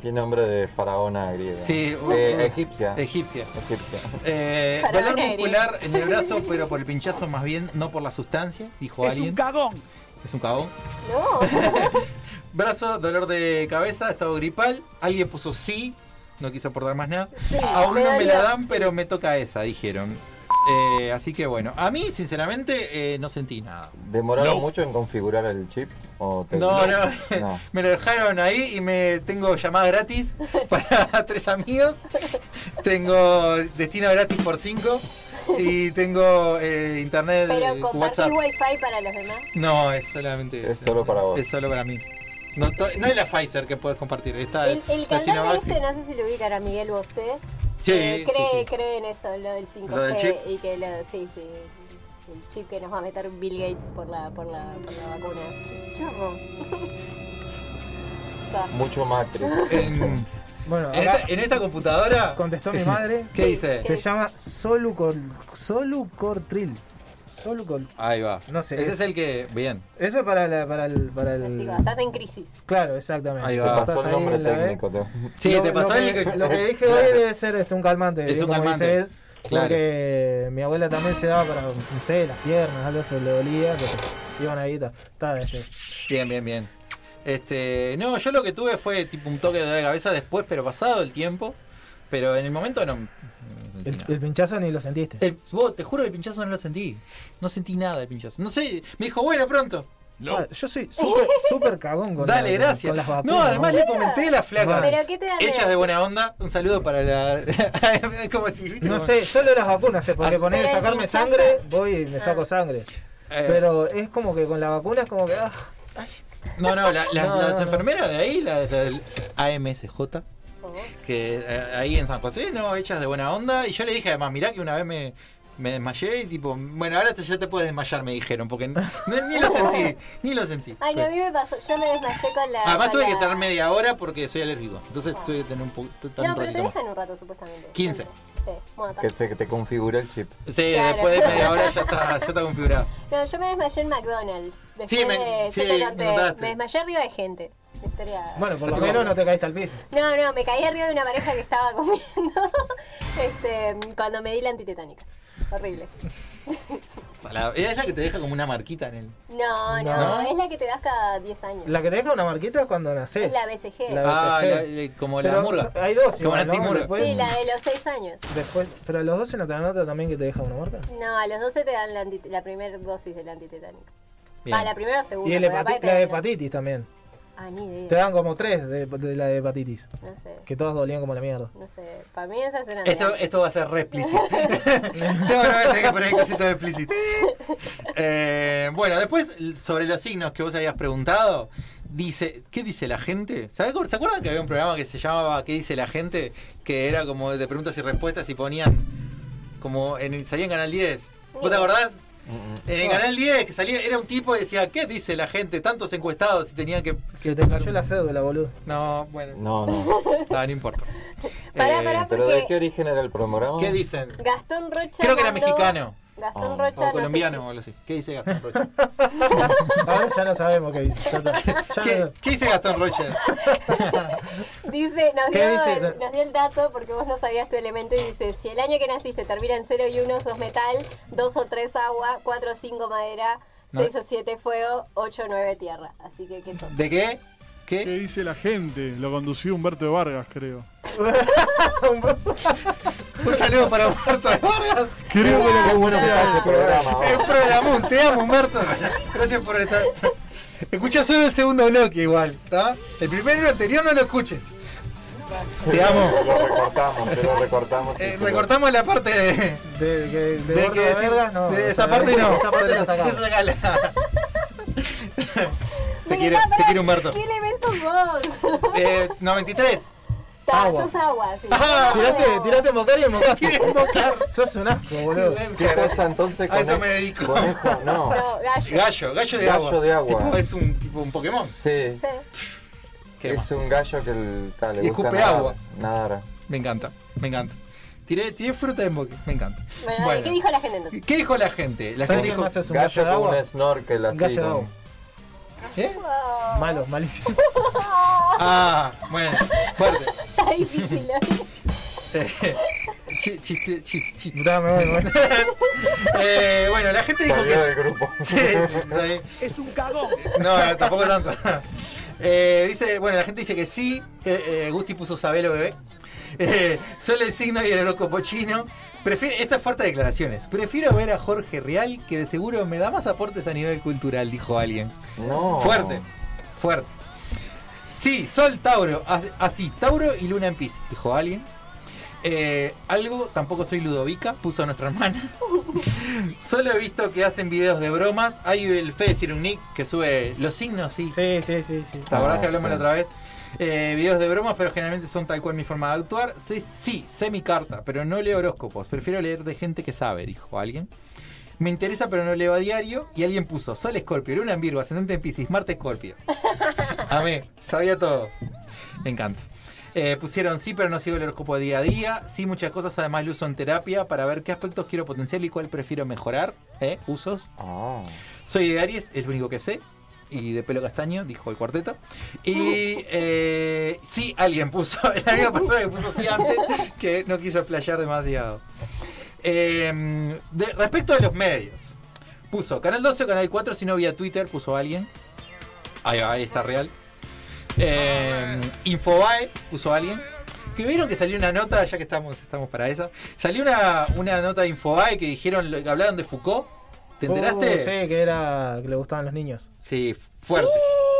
S2: Qué nombre de faraona griega.
S1: Sí,
S2: Eh,
S1: uh,
S2: egipcia.
S1: Egipcia.
S2: Egipcia.
S1: Eh,
S2: Para
S1: dolor
S2: ver.
S1: muscular en el brazo, pero por el pinchazo más bien, no por la sustancia, dijo
S11: Es
S1: alguien.
S11: un
S1: cagón. Es un cagón.
S3: No.
S1: Brazo, dolor de cabeza, estado gripal. Alguien puso sí, no quiso aportar más nada.
S3: Sí,
S1: Aún
S3: me
S1: no me la
S3: dolió,
S1: dan,
S3: sí.
S1: pero me toca esa, dijeron. Eh, así que bueno, a mí sinceramente eh, no sentí nada.
S2: ¿Demoraron mucho en configurar el chip? ¿O te-
S1: No, no.
S2: No.
S1: Me lo dejaron ahí y me tengo llamada gratis para tres amigos. Tengo destino gratis por cinco. Y tengo eh, internet, eh,
S3: Pero compartir
S1: WhatsApp.
S3: wifi para los demás.
S1: No, es solamente.
S2: Es solo para vos.
S1: Es solo para mí. No, to- no es la Pfizer que puedes compartir. Está
S3: El, el
S1: la
S3: cantante
S1: Sinovac,
S3: este,
S1: sí.
S3: no sé si lo ubican a Miguel Bosé.
S1: Sí,
S3: que
S1: sí,
S3: cree,
S1: sí.
S3: cree en eso, lo del 5G
S1: Lo del chip.
S3: y que lo, sí, sí, el chip que nos va a meter Bill Gates por la, por la, por la vacuna. Chorro. Está.
S2: Mucho Matrix.
S1: En,
S4: Bueno,
S1: en
S4: acá
S1: esta, en esta computadora.
S4: contestó mi madre.
S1: Este ¿Qué dice?
S4: Se llama Solucor, Solucortril. Solucor.
S1: Ahí va.
S4: No sé,
S1: Ese
S4: es-
S1: es el que. Bien.
S4: Eso es para, la- para el. Para el...
S3: Digo, estás en crisis.
S4: Claro, exactamente.
S1: Ah. Ahí va.
S4: Estás
S1: Pasó el
S4: ahí
S1: nombre
S4: en la B.
S2: técnico, Teo.
S1: Sí,
S4: Lo-
S1: te pasó
S4: lo
S1: el-
S4: que, lo que dije hoy debe ser este, un calmante.
S1: Es un
S4: como
S1: calmante,
S4: dice él,
S1: claro.
S4: Porque mi abuela también se daba para, no sé, las piernas, algo se le dolía, que iba a una guita. Está, este,
S1: Bien, bien, bien. Este, no, yo lo que tuve fue tipo un toque de dolor de cabeza después, pero pasado el tiempo. Pero en el momento no. Eh,
S4: el, el pinchazo ni lo sentiste.
S1: El- vos, te juro que el pinchazo no lo sentí. No sentí nada de pinchazo. No sé, me dijo, bueno, pronto.
S4: Ah, yo soy súper súper cagón con,
S1: Dale,
S4: la- con-
S1: gracias.
S4: con las vacunas.
S1: no, además le comenté a la flaca.
S3: ¿Pero qué te da
S1: Hechas
S3: miedo?
S1: de buena onda. Un saludo para la. Es como si, ¿viste?
S4: No
S1: Como-
S4: sé, solo las vacunas, sé, porque
S1: Ah,
S4: poner
S3: Eh,
S1: pero el
S4: sacarme
S1: pinchazo-
S4: sangre, voy y me
S3: Ah.
S4: saco sangre.
S1: Eh.
S4: Pero es como que con la vacuna es como que. ah,
S1: No, no, la- la-
S4: No,
S1: las
S4: no, no.
S1: enfermeras de ahí, las del AMSJ, que eh, ahí en San José, no, hechas de buena onda. Y yo le dije, además, mirá que una vez me, me desmayé y tipo, bueno, ahora te- ya te puedes desmayar, me dijeron, porque n- ni lo sentí, ni lo sentí.
S3: Ay, no, a mí me pasó, yo me desmayé con la...
S1: Además
S3: con
S1: tuve que
S3: la-
S1: estar media hora porque soy alérgico, entonces tuve que tener un poco...
S3: No, pero te dejan un rato, supuestamente.
S1: 15.
S3: Sí, bueno,
S2: Que
S3: está.
S2: te, que te configura el chip.
S1: Sí,
S3: Claro.
S1: después de media hora ya está, ya está configurado.
S3: No, yo me desmayé en McDonald's. Después
S1: Sí, me-
S3: de,
S1: sí,
S3: yo te
S1: me
S3: conté,
S1: contaste.
S3: me desmayé arriba de gente. Historia...
S4: Bueno, por lo
S1: Así
S4: menos
S1: como-
S4: no te caíste al piso.
S3: No, no, me caí arriba de una pareja que estaba comiendo este, cuando me di la antitetánica. Horrible.
S1: O sea, la- es la que te deja como una marquita en el...
S3: No, no,
S1: No.
S3: es la que te das cada 10 años.
S4: La que te deja una marquita es cuando naces.
S3: Es la BCG.
S4: La
S1: Ah,
S4: BCG.
S1: la- la- como la
S4: Pero
S1: murga.
S4: Hay dos,
S1: Como
S4: igual,
S1: la
S4: ¿no?
S1: timurga.
S4: Después-
S3: Sí, la de los 6 años.
S4: Después, pero a los 12 no te anota también que te deja una marca.
S3: No, a los 12 te dan la, anti- la primera dosis de la antitetánica.
S4: Bien.
S3: Ah, la primera o segunda.
S4: Y el
S3: porque capaz
S4: hepati-
S3: te
S4: la
S3: dan
S4: de hepatitis también.
S3: Ah, ni
S4: Te
S3: idea.
S4: dan como tres de, de la de hepatitis.
S3: No sé,
S4: Que todas dolían como la mierda.
S3: no sé. Para mí esa es una...
S1: Esto, esto va a ser re explícito. Tengo que tengo que poner el cosito de explícito. Eh, bueno, después, sobre los signos que vos habías preguntado, dice, ¿qué dice la gente? ¿Se acuer- ¿Se acuerdan que había un programa que se llamaba ¿Qué dice la gente? Que era como de preguntas y respuestas y ponían como en el- salía en Canal 10. ¿Vos te acordás? En el Canal 10 que salía, era un tipo que decía, ¿qué dice la gente? Tantos encuestados y tenían que...
S4: Se te cayó la cédula, boludo.
S1: No, bueno.
S2: No, no.
S1: Ah, no importa.
S3: Pará,
S1: Eh,
S3: pará,
S2: ¿Pero de
S3: porque
S2: qué origen era el programa?
S1: ¿Qué dicen?
S3: Gastón Rocha...
S1: Creo que era
S3: mandó-
S1: mexicano.
S3: Gastón
S4: Oh,
S2: Ah.
S3: Rocha...
S1: O
S3: no
S1: colombiano o algo así. ¿Qué dice Gastón Rocha?
S4: Ahora ya no sabemos qué dice. Ya está. Ya
S1: ¿Qué,
S4: no-
S1: qué dice Gastón Rocha?
S3: sé- dice, nos,
S4: ¿Qué
S3: dio,
S4: dice?
S3: el- nos dio el dato porque vos no sabías tu elemento y dice, si el año que naciste termina en 0 y 1, sos metal, 2 o 3 agua, 4 o 5 madera,
S1: No.
S3: 6 o 7 fuego, 8 o 9 tierra. Así que, ¿qué sos?
S1: ¿De qué? ¿Qué?
S5: dice la gente? Lo condució Humberto de Vargas, creo.
S1: Un saludo para Humberto de Vargas.
S5: Creo que
S2: Qué bueno que
S1: Ah,
S2: está Ah, ese programa.
S1: Es
S2: ahora.
S1: un programón, te amo Humberto. Gracias por estar. Escucha solo el segundo bloque igual, ¿está? El primero anterior no lo escuches. Te amo.
S2: ah. Lo recortamos, se lo recortamos. sí,
S1: Eh,
S2: se lo-
S1: recortamos la parte de,
S4: De, que de,
S1: de
S4: gordo
S1: que
S4: de
S1: decir-
S4: vergas, no.
S1: de
S4: o
S1: esa
S4: sea,
S1: parte no.
S4: Esa parte la sacamos.
S1: Esa sacala. te
S3: Pero
S1: quiero,
S3: pará,
S1: te quiero Humberto.
S3: ¿Qué elemento sos?
S1: Eh, 93.
S3: Ta,
S4: Agua.
S3: Sos agua, sí.
S1: Ah,
S4: Tirate, tirate mocar y mocaste.
S1: Tiene boca.
S4: Sos un asco, boludo.
S2: ¿Qué pasa entonces con
S1: A eso
S2: el-
S1: me dedico.
S2: Conejo, no.
S3: No, gallo.
S1: Gallo, gallo de
S2: Gallo
S1: agua.
S2: de agua.
S1: Tipo, es un tipo un Pokémon.
S2: Sí.
S1: Qué
S2: es un gallo que el- ta, le
S1: Y
S2: gusta
S1: escupe
S2: nadar,
S1: agua.
S2: nadar.
S1: Me encanta, me encanta. Tiré, tiré fruta de boque, me encanta.
S3: Bueno, dale, ¿qué dijo la gente entonces?
S1: ¿Qué dijo la gente? La
S4: ¿Sabes
S1: gente
S4: qué
S1: dijo.
S4: más es un gallo
S2: Gallo
S4: de
S2: con
S4: agua?
S2: un snorkel así.
S4: Un gallo de
S2: con-
S4: agua.
S1: ¿Eh?
S4: Malo, malísimo.
S1: Ah, bueno, fuerte.
S3: Está difícil, ¿no?
S1: Eh, chi- chiste, chiste, chiste.
S4: voy, voy.
S1: Eh, bueno, la gente dijo que.
S2: Salió del grupo.
S1: Sí, sí.
S11: Es un cagón.
S1: No, no, tampoco tanto. Eh, dice, bueno, la gente dice que sí, que eh, Gusti puso Sabelo bebé. Eh, Sol el signo y el horóscopo chino. Prefiero, esta es fuerte declaraciones. Prefiero ver a Jorge Real, que de seguro me da más aportes a nivel cultural, dijo alguien.
S2: No.
S1: Fuerte, fuerte. Sí, Sol Tauro, as- así, Tauro y Luna en Pis, dijo alguien. Eh, algo, tampoco soy Ludovica, puso nuestra hermana. Solo he visto que hacen videos de bromas. Hay el Fede Cirunic que sube los signos, sí.
S4: Sí, sí, sí. sí.
S1: ¿Te acordás
S2: Ah,
S1: que hablamos la
S2: sí.
S1: otra vez? Eh, videos de bromas, pero generalmente son tal cual mi forma de actuar. Sí, sí, sé mi carta, pero no leo horóscopos. Prefiero leer de gente que sabe, dijo alguien. Me interesa, pero no leo a diario. Y alguien puso Sol Escorpio, Luna en Virgo, Ascendente en Piscis, Marte Escorpio. Amé, sabía todo. Me encanta. Eh, pusieron sí, pero no sigo el horóscopo día a día. Sí, muchas cosas. Además, lo uso en terapia para ver qué aspectos quiero potenciar y cuál prefiero mejorar. ¿Eh? Usos.
S2: Ah,
S1: Soy de Aries, es lo único que sé. Y de pelo castaño, dijo el cuarteto. Y eh, sí, alguien puso, la misma persona que puso sí antes, que no quiso explayar demasiado. Eh, de- respecto de los medios, puso Canal 12 o Canal 4, si no vía Twitter, puso alguien. Ahí, va, ahí está real. Eh, Infobae, puso alguien. Que vieron que salió una nota, ya que estamos, estamos para esa. Salió una, una nota de Infobae que dijeron, que hablaron de Foucault. ¿Te enteraste?
S4: Oh, sí, que era que le gustaban los niños.
S1: Sí, fuertes.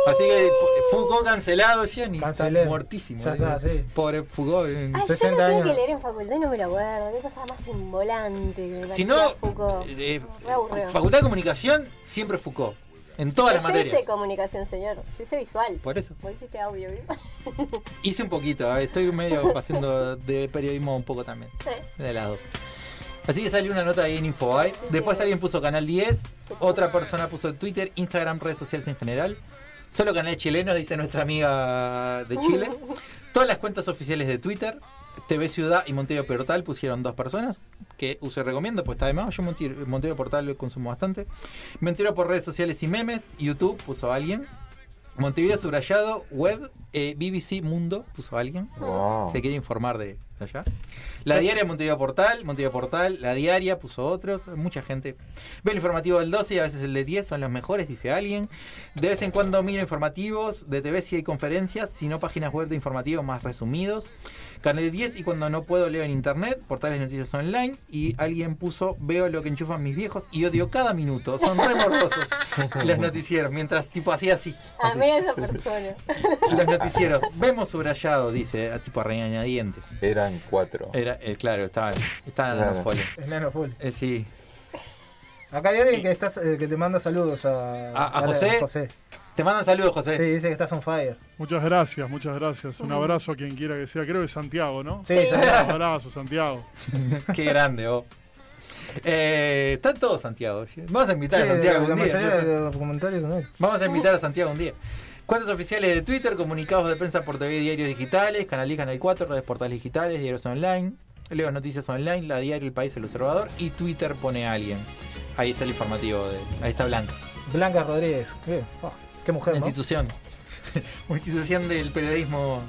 S1: Así que po- Foucault cancelado ya ni está
S4: Cancelé.
S1: muertísimo. ¿eh?
S4: Ya está, sí.
S1: Pobre Foucault. eh. en
S3: Ay,
S1: 60
S3: yo lo tuve
S1: años.
S3: que leer en facultad y no me lo acuerdo. Qué cosa más envolante. que me
S1: Si
S3: parecía
S1: no,
S3: Foucault.
S1: eh, eh,
S3: Me aburrió.
S1: Facultad de Comunicación siempre Foucault. En todas las
S3: Pero Yo hice
S1: materias.
S3: comunicación, señor. Yo hice visual.
S1: Por eso.
S3: Vos hiciste audio visual.
S1: Hice un poquito, eh, estoy medio haciendo de periodismo un poco también.
S3: Sí.
S1: De las dos. Así que salió una nota ahí en Infobae. Después alguien puso Canal 10. Otra persona puso Twitter, Instagram, redes sociales en general. Solo canales chilenos, dice nuestra amiga de Chile. Todas las cuentas oficiales de Twitter, TV Ciudad y Montevideo Portal pusieron dos personas que uso y recomiendo, pues está de más. Yo Monte- Montevideo Portal lo consumo bastante. Me entero por redes sociales y memes. YouTube puso alguien. Montevideo Subrayado, web, eh, BBC Mundo puso alguien.
S2: Wow.
S1: Se quiere informar de de allá. La diaria de Montevideo Portal, Montevideo Portal, la diaria puso otros, mucha gente. Veo el informativo del 12 y a veces el de 10 son los mejores, dice alguien. De vez en cuando miro informativos de TV si hay conferencias, si no páginas web de informativos más resumidos. Canal 10 y cuando no puedo leo en internet, portales de noticias online y alguien puso veo lo que enchufan mis viejos y odio cada minuto. Son re morbosos los noticieros, mientras tipo así así.
S3: Amé a esa persona.
S1: Los noticieros. Vemos subrayado, dice, a tipo a regañadientes.
S2: Eran cuatro.
S1: Era, eh, claro, estaban, estaban en
S2: Claro.
S1: los folios.
S4: Es nano full.
S1: Eh, sí.
S4: Acá hay alguien que, estás, eh, que te manda saludos a,
S1: A- a José. Te mandan saludos, José.
S4: Sí, dice que estás on fire.
S5: Muchas gracias, muchas gracias. Un abrazo a quien quiera que sea. Creo que es Santiago, ¿no?
S4: Sí, Sí.
S5: Un
S4: Santiago.
S5: abrazo, Santiago.
S1: Qué grande, vos. Eh, están todos Santiago. Vamos a invitar
S4: Sí,
S1: a Santiago
S4: la
S1: un día.
S4: mayoría de los comentarios son él.
S1: Vamos a invitar a Santiago un día. Cuentas oficiales de Twitter, comunicados de prensa por TV, diarios digitales, Canal 10, Canal 4, redes portales digitales, diarios online, Leo Noticias Online, La Diario, El País, El Observador y Twitter pone a alguien. Ahí está el informativo, de, ahí está Blanca.
S4: Blanca Rodríguez. Qué, oh, qué mujer,
S1: Una
S4: ¿no?
S1: institución. Una institución del periodismo.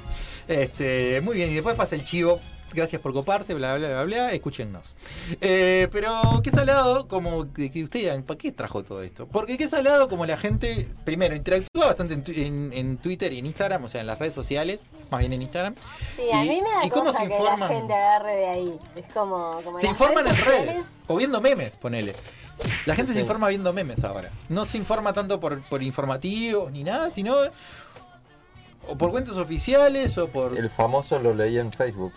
S1: Este, muy bien, y después pasa el chivo. Gracias por coparse, bla, bla, bla, bla. Escúchennos. Eh, pero qué salado, como que, que usted digan, ¿para qué trajo todo esto? Porque qué salado, como la gente, primero, interactúa bastante en, tu- en- en Twitter y en Instagram, o sea, en las redes sociales, más bien en Instagram.
S3: Sí, a
S1: ¿Y-
S3: mí me da
S1: y cómo
S3: cosa
S1: se
S3: que la
S1: informan?
S3: gente agarre de ahí. Es como. como
S1: Se
S3: las
S1: informan en
S3: sociales.
S1: redes, o viendo memes, ponele. La gente se
S2: Sí.
S1: informa viendo memes ahora. No se informa tanto por, por informativos ni nada, sino o por cuentas oficiales o por...
S2: El famoso lo leí en Facebook.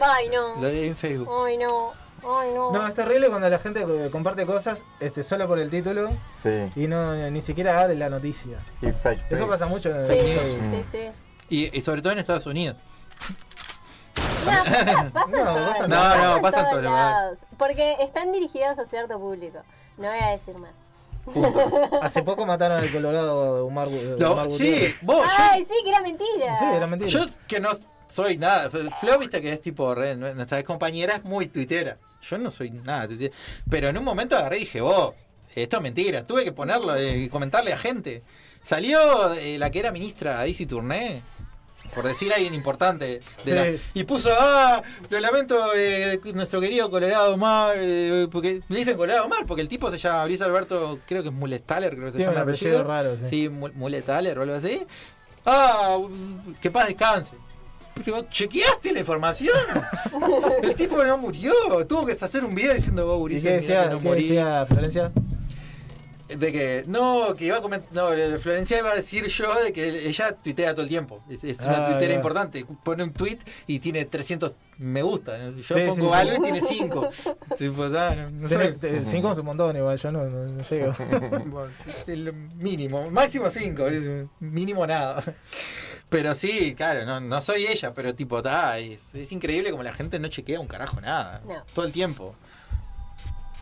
S3: Ay, no.
S1: Lo leí en Facebook.
S3: Ay, no. Ay, no.
S4: No, es terrible cuando la gente eh, comparte cosas este, solo por el título
S2: Sí,
S4: y no ni siquiera abre la noticia.
S2: sí, fake.
S4: Eso
S2: fake.
S4: pasa mucho en el
S3: Sí,
S4: Facebook.
S3: sí, sí.
S1: Y, y sobre todo en Estados Unidos.
S3: No, pasa, pasa en
S4: No,
S3: todos
S4: pasa en
S1: No, no,
S3: lados. Pasa en
S1: pasa en todos lados.
S3: Porque están dirigidos a cierto público. No voy a decir más.
S4: Hace poco mataron al Colorado de Omar, Gu- de
S1: Lo-
S4: Omar
S1: sí,
S4: Gutiérrez.
S1: vos,
S3: Ay, sí, que era mentira.
S4: Sí, era mentira.
S1: yo, yo que no soy nada. Flo, viste que es tipo re- nuestra compañera es muy tuitera. Yo no soy nada tuitera. "Oh, Pero en un momento agarré y dije, vos, esto es mentira. Tuve que ponerlo eh, y comentarle a gente. Salió eh, la que era ministra, Daisy Tourné, por decir a alguien importante. de la-
S4: Sí.
S1: y puso, ah, lo lamento, eh, nuestro querido Colorado Mar, eh, porque le dicen Colorado Mar, porque el tipo se llama Brice Alberto, creo que es Mulestaler, creo que se
S4: Tiene
S1: llama
S4: un
S1: el
S4: apellido raro, sí.
S1: Sí, Mu- Muletaler o algo así. Ah, que paz descanse. Pero, ¿Chequeaste la información? El tipo no murió. Tuvo que hacer un video diciendo, vos,
S4: ¿Y
S1: Ulises,
S4: qué
S1: mirá
S4: decía,
S1: que no
S4: qué
S1: morí.
S4: decía Florencia?
S1: De que, no, que iba a comentar, no, Florencia iba a decir yo de que ella tuitea todo el tiempo. Es, es una
S4: Ah,
S1: tuitera
S4: ya.
S1: importante. Pone un tweet y tiene 300 me gusta. Yo
S4: Sí,
S1: pongo
S4: sí, sí.
S1: algo y tiene 5. tipo, ah, no, no
S4: Tenés-
S1: soy-
S4: te- Cinco es un montón igual, yo no, no- no llego.
S1: Bueno, el mínimo, máximo 5, mínimo nada. Pero sí, claro, no, no soy ella, pero tipo, ta, es, es increíble como la gente no chequea un carajo nada.
S3: No.
S1: Todo el tiempo.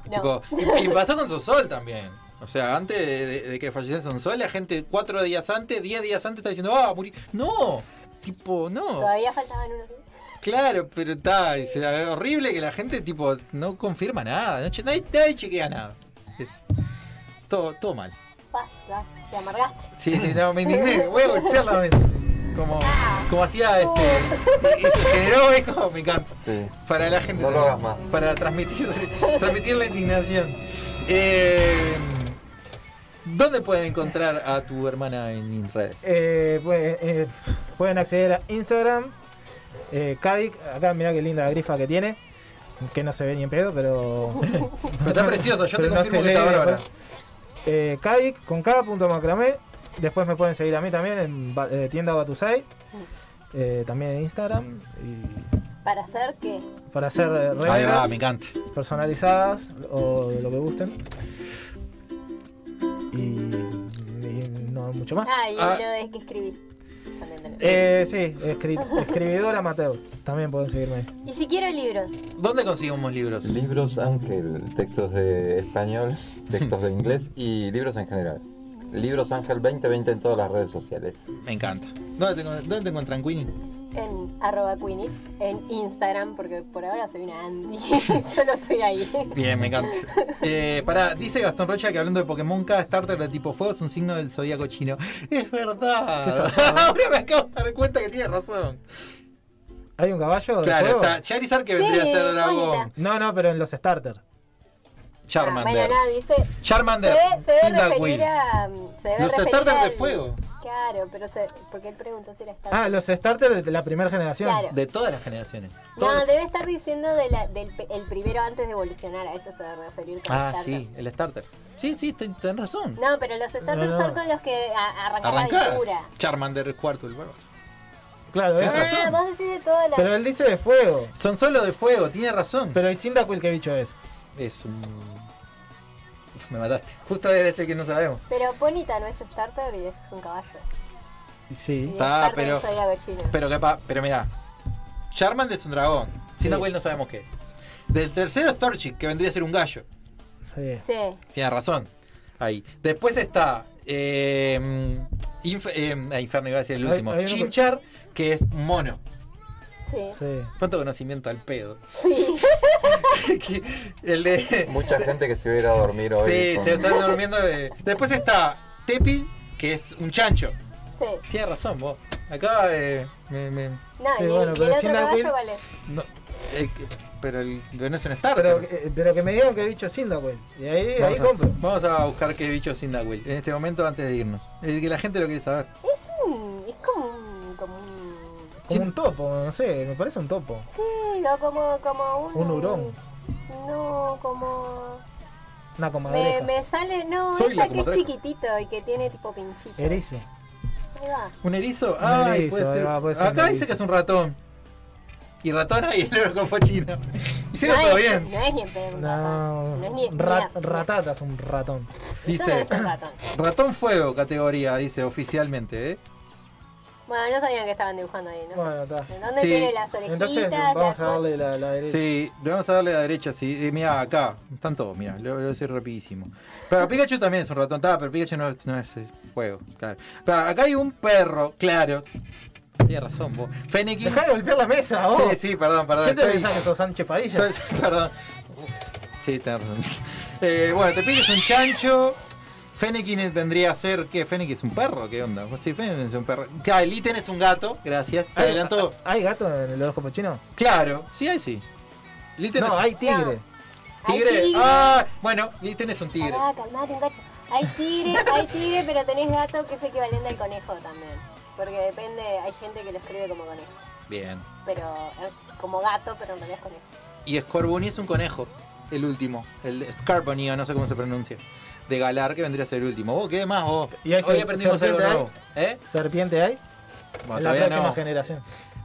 S3: No.
S1: Tipo, y, y pasó con Sonsol también. O sea, antes de, de- de que falleciera Sonsol, la gente cuatro días antes, diez días antes, está diciendo, ah, morí. No, tipo, no.
S3: Todavía faltaban unos días.
S1: Claro, pero está, es horrible que la gente tipo no confirma nada, no che- nadie, nadie chequea nada. Es todo, todo mal.
S3: Basta, te amargaste.
S1: Sí, sí, no, me indigné, voy a golpear la mesa. Como, como hacía este. Y se generó, es como me encanta. Para la gente. No lo hagas más. Para transmitir, transmitir la indignación. Eh, ¿Dónde pueden encontrar a tu hermana en redes?
S4: Eh, pue- eh, pueden acceder a Instagram, eh, Kadik, acá mirá qué linda grifa que tiene, que no se ve ni en pedo, pero...
S1: Pero está precioso, yo te
S4: Pero no
S1: confirmo
S4: se
S1: que está
S4: lee,
S1: bárbara.
S4: Eh, Kadik con K punto macramé. Después me pueden seguir a mí también en Ba- eh, tienda Batusai. eh, también en Instagram. Y
S3: ¿Para hacer qué?
S4: para hacer eh,
S1: Ahí va,
S4: remeras
S1: me encanta.
S4: personalizadas o de lo que gusten. Y, y no mucho más.
S3: Ah, y
S4: Ah,
S3: lo de que escribís. También tenés.
S4: eh, sí, escri- escribidor amateur. También pueden seguirme ahí.
S3: Y si quiero libros.
S1: ¿Dónde conseguimos libros?
S2: Libros Ángel, textos de español, textos de inglés y libros en general. Libros Ángel 2020 en todas las redes sociales.
S1: Me encanta. ¿Dónde te, dónde te encuentran, Queenie?
S3: En arroba queenif, en Instagram, porque por ahora soy una Andy. Solo estoy ahí.
S1: Bien, me encanta. Eh, pará, dice Gastón Rocha que hablando de Pokémon, cada starter de tipo fuego es un signo del zodíaco chino. Es verdad. Ahora me acabo de dar cuenta que tiene razón.
S4: ¿Hay un caballo? de
S1: Claro,
S4: juego?
S1: está Charizard que vendría a ser
S3: Ah,
S1: dragón.
S4: No, no, pero en los starter.
S1: Charmander.
S3: Ah, Bueno, nada, dice. Se
S1: Charmander.
S3: ve, se ve
S1: Cyndaquil.
S3: referir a. mm, Se ve
S1: Los
S3: referir
S1: starters de
S3: al-
S1: fuego.
S3: Claro, pero se, porque él preguntó si era starter.
S4: Ah, los starter de la primera generación.
S3: Claro.
S1: De todas las generaciones.
S3: No, debe estar diciendo de la- del pe- el primero antes de evolucionar, a eso se debe referir como
S1: Ah,
S3: starter.
S1: sí, el starter. Sí, sí, ten- tenés razón.
S3: No, pero los starters
S1: No, no.
S3: son con los que a- arrancás la
S1: Arrancás.
S3: aventura.
S1: Charmander es cuarto el barba.
S4: Claro,
S1: Tenés
S4: eso.
S3: Ah, vos decís de todas las.
S4: Pero él dice de fuego.
S1: Son solo de fuego, tiene razón.
S4: Pero el Cyndaquil, ¿qué bicho es?
S1: Es un. Me mataste. Justo eres el que no sabemos.
S3: Pero Ponita no es starter y es un caballo. Y
S4: Sí.
S3: es
S1: Ah,
S3: starter
S1: pero.
S3: soy algo chino.
S1: Pero capaz, pero mira, Charmander es un dragón. Cyndaquil no sabemos qué es. Del tercero es Torchic, que vendría a ser un gallo.
S4: Sí.
S3: Sí.
S1: Tiene razón. Ahí. Después está. eh, Inf- eh, ah, Inferno iba a decir el
S4: Hay-
S1: último.
S4: hay uno que-
S1: Chinchar, que es un mono.
S3: Sí.
S4: Sí.
S1: ¿Cuánto conocimiento al pedo?
S3: Sí.
S1: Que el de.
S2: Mucha gente que se hubiera a dormir hoy.
S1: Sí,
S2: con-
S1: se está durmiendo. de- Después está Tepi, que es un chancho.
S3: Sí.
S1: Tiene razón, vos. Acá eh, me- me,
S3: No,
S4: Sí,
S3: y,
S4: bueno,
S3: y
S4: pero
S3: el otro
S4: sin la
S3: caballo,
S4: Queen-
S3: ¿cuál es?
S1: No, eh, que- pero el, pero no es un
S4: Pero,
S1: starter.
S4: eh, pero que me digan que bicho es Cyndaquil. Y ahí, ahí
S1: vamos, a,
S4: compro.
S1: vamos a buscar qué bicho es Indawill en este momento antes de irnos. Es que la gente lo quiere saber.
S3: Es un. Es como un. Como un
S4: Como un topo, no sé, me parece un topo.
S3: sí, o como, como un.
S4: Un hurón.
S3: No, como.
S4: Una
S3: Me,
S4: comadreja.
S3: me sale. No,
S1: Soy la
S3: esa que es
S1: comadreja.
S3: chiquitito y que tiene tipo pinchito.
S4: Erizo.
S3: Ahí va.
S1: ¿Un erizo?
S4: Un
S1: Ay,
S4: erizo,
S1: puede
S4: ahí
S1: ser.
S4: va, puede ser un
S1: Acá dice
S4: erizo.
S1: que es un ratón. Y ratona y el oro con pochino. Hicieron
S3: no
S1: todo
S3: es,
S1: bien.
S3: No es ni en pedo un
S4: No.
S3: ratón. No es ni.
S4: Ra-
S3: mira,
S4: ratatas, un ratón.
S3: Eso no
S1: Dice,
S3: es un ratón.
S1: ratón fuego categoría, dice oficialmente, ¿eh?
S3: Bueno, no sabían que estaban dibujando ahí, ¿no?
S4: Bueno, está.
S3: sé. ¿En ¿Dónde
S1: Sí.
S3: tiene las orejitas?
S4: Entonces vamos a
S3: la-
S4: darle la, la derecha.
S1: Sí, le vamos a darle a la derecha, sí. mira, acá, están todos, mira, lo, lo voy a decir rapidísimo. Pero Pikachu también es un ratón, tá, pero Pikachu no, es- no es eh, fuego, claro. Pero acá hay un perro, claro. Tienes razón, vos. Fennekin.
S4: Dejá de golpear la mesa, vos.
S1: Sí, sí, perdón, perdón.
S4: ¿Qué te
S1: estoy-
S4: pensás que sos Sánchez Padilla?
S1: soy- soy- perdón. Sí, tenés razón. Eh, bueno, te pides un chancho. Fennekin vendría a ser. ¿Qué? ¿Fennekin es un perro? ¿Qué onda? Sí, Fennekin es un perro. Claro, el ítem es un gato, gracias. Se adelantó.
S4: ¿Hay gato en los ojos cochinos?
S1: Claro, sí hay, sí. Litten
S4: No,
S1: es-
S4: hay tigre.
S1: ¿Tigre?
S3: Hay tigre.
S1: Ah, bueno, Litten es un tigre.
S3: Pará, calmate un cacho. Hay tigre, hay tigre, pero tenés gato que es equivalente al conejo también. Porque depende, hay gente que lo escribe como conejo.
S1: Bien.
S3: Pero es como gato, pero en realidad es conejo.
S1: Y Scorbunny es un conejo, el último. El Scarbunny, o no sé cómo se pronuncia. De Galar, que vendría a ser el último. ¿Vos qué más? vos?
S4: ¿Y hay
S1: Hoy
S4: ser-
S1: aprendimos algo
S4: serpiente hay?
S1: nuevo. ¿Eh?
S4: ¿Serpiente hay?
S1: Bueno,
S4: en la
S1: todavía
S4: próxima
S1: no.
S4: generación.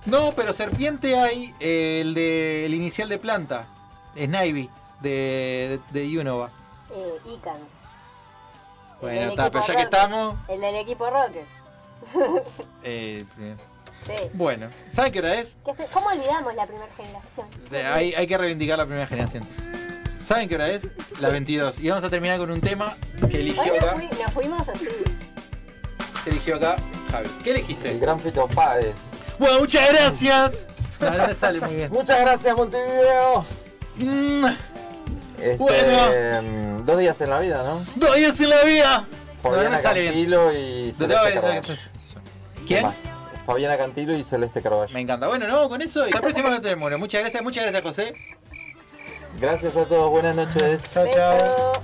S1: No, pero serpiente hay eh, el de el inicial de planta, Snivy, de, de, de Unova.
S3: Eh, Icans.
S1: Bueno,
S3: El
S1: está, pero
S3: equipo
S1: ya que
S3: Rocket.
S1: estamos.
S3: El del equipo Rocket.
S1: eh, eh,
S3: Sí.
S1: Bueno, ¿saben qué hora es?
S3: ¿Qué hace- ¿Cómo olvidamos la primera generación?
S1: O sea, Hay, hay que reivindicar la primera generación. ¿Saben qué hora es? Las 22. Y vamos a terminar con un tema que eligió
S3: Hoy nos,
S1: acá,
S3: fui- nos fuimos así.
S1: que eligió acá Javi. ¿Qué elegiste?
S2: El gran Fito Páez.
S1: Bueno, muchas gracias. No, no le sale muy bien.
S2: Muchas gracias, Montevideo.
S1: Mm,
S2: Este,
S1: Bueno.
S2: mm, Dos días en la vida, ¿no?
S1: Dos días en la vida.
S2: Fabiana
S1: No, no me sale bien.
S2: Cantilo y
S1: Te tengo que-
S2: Celeste Carballo.
S1: ¿Quién?
S2: Más. Fabiana Cantilo y Celeste Carballo.
S1: Me encanta. Bueno, no, con eso y la próxima no tenemos. Muchas gracias, muchas gracias, José.
S2: Gracias a todos, buenas noches.
S4: Chao, chao.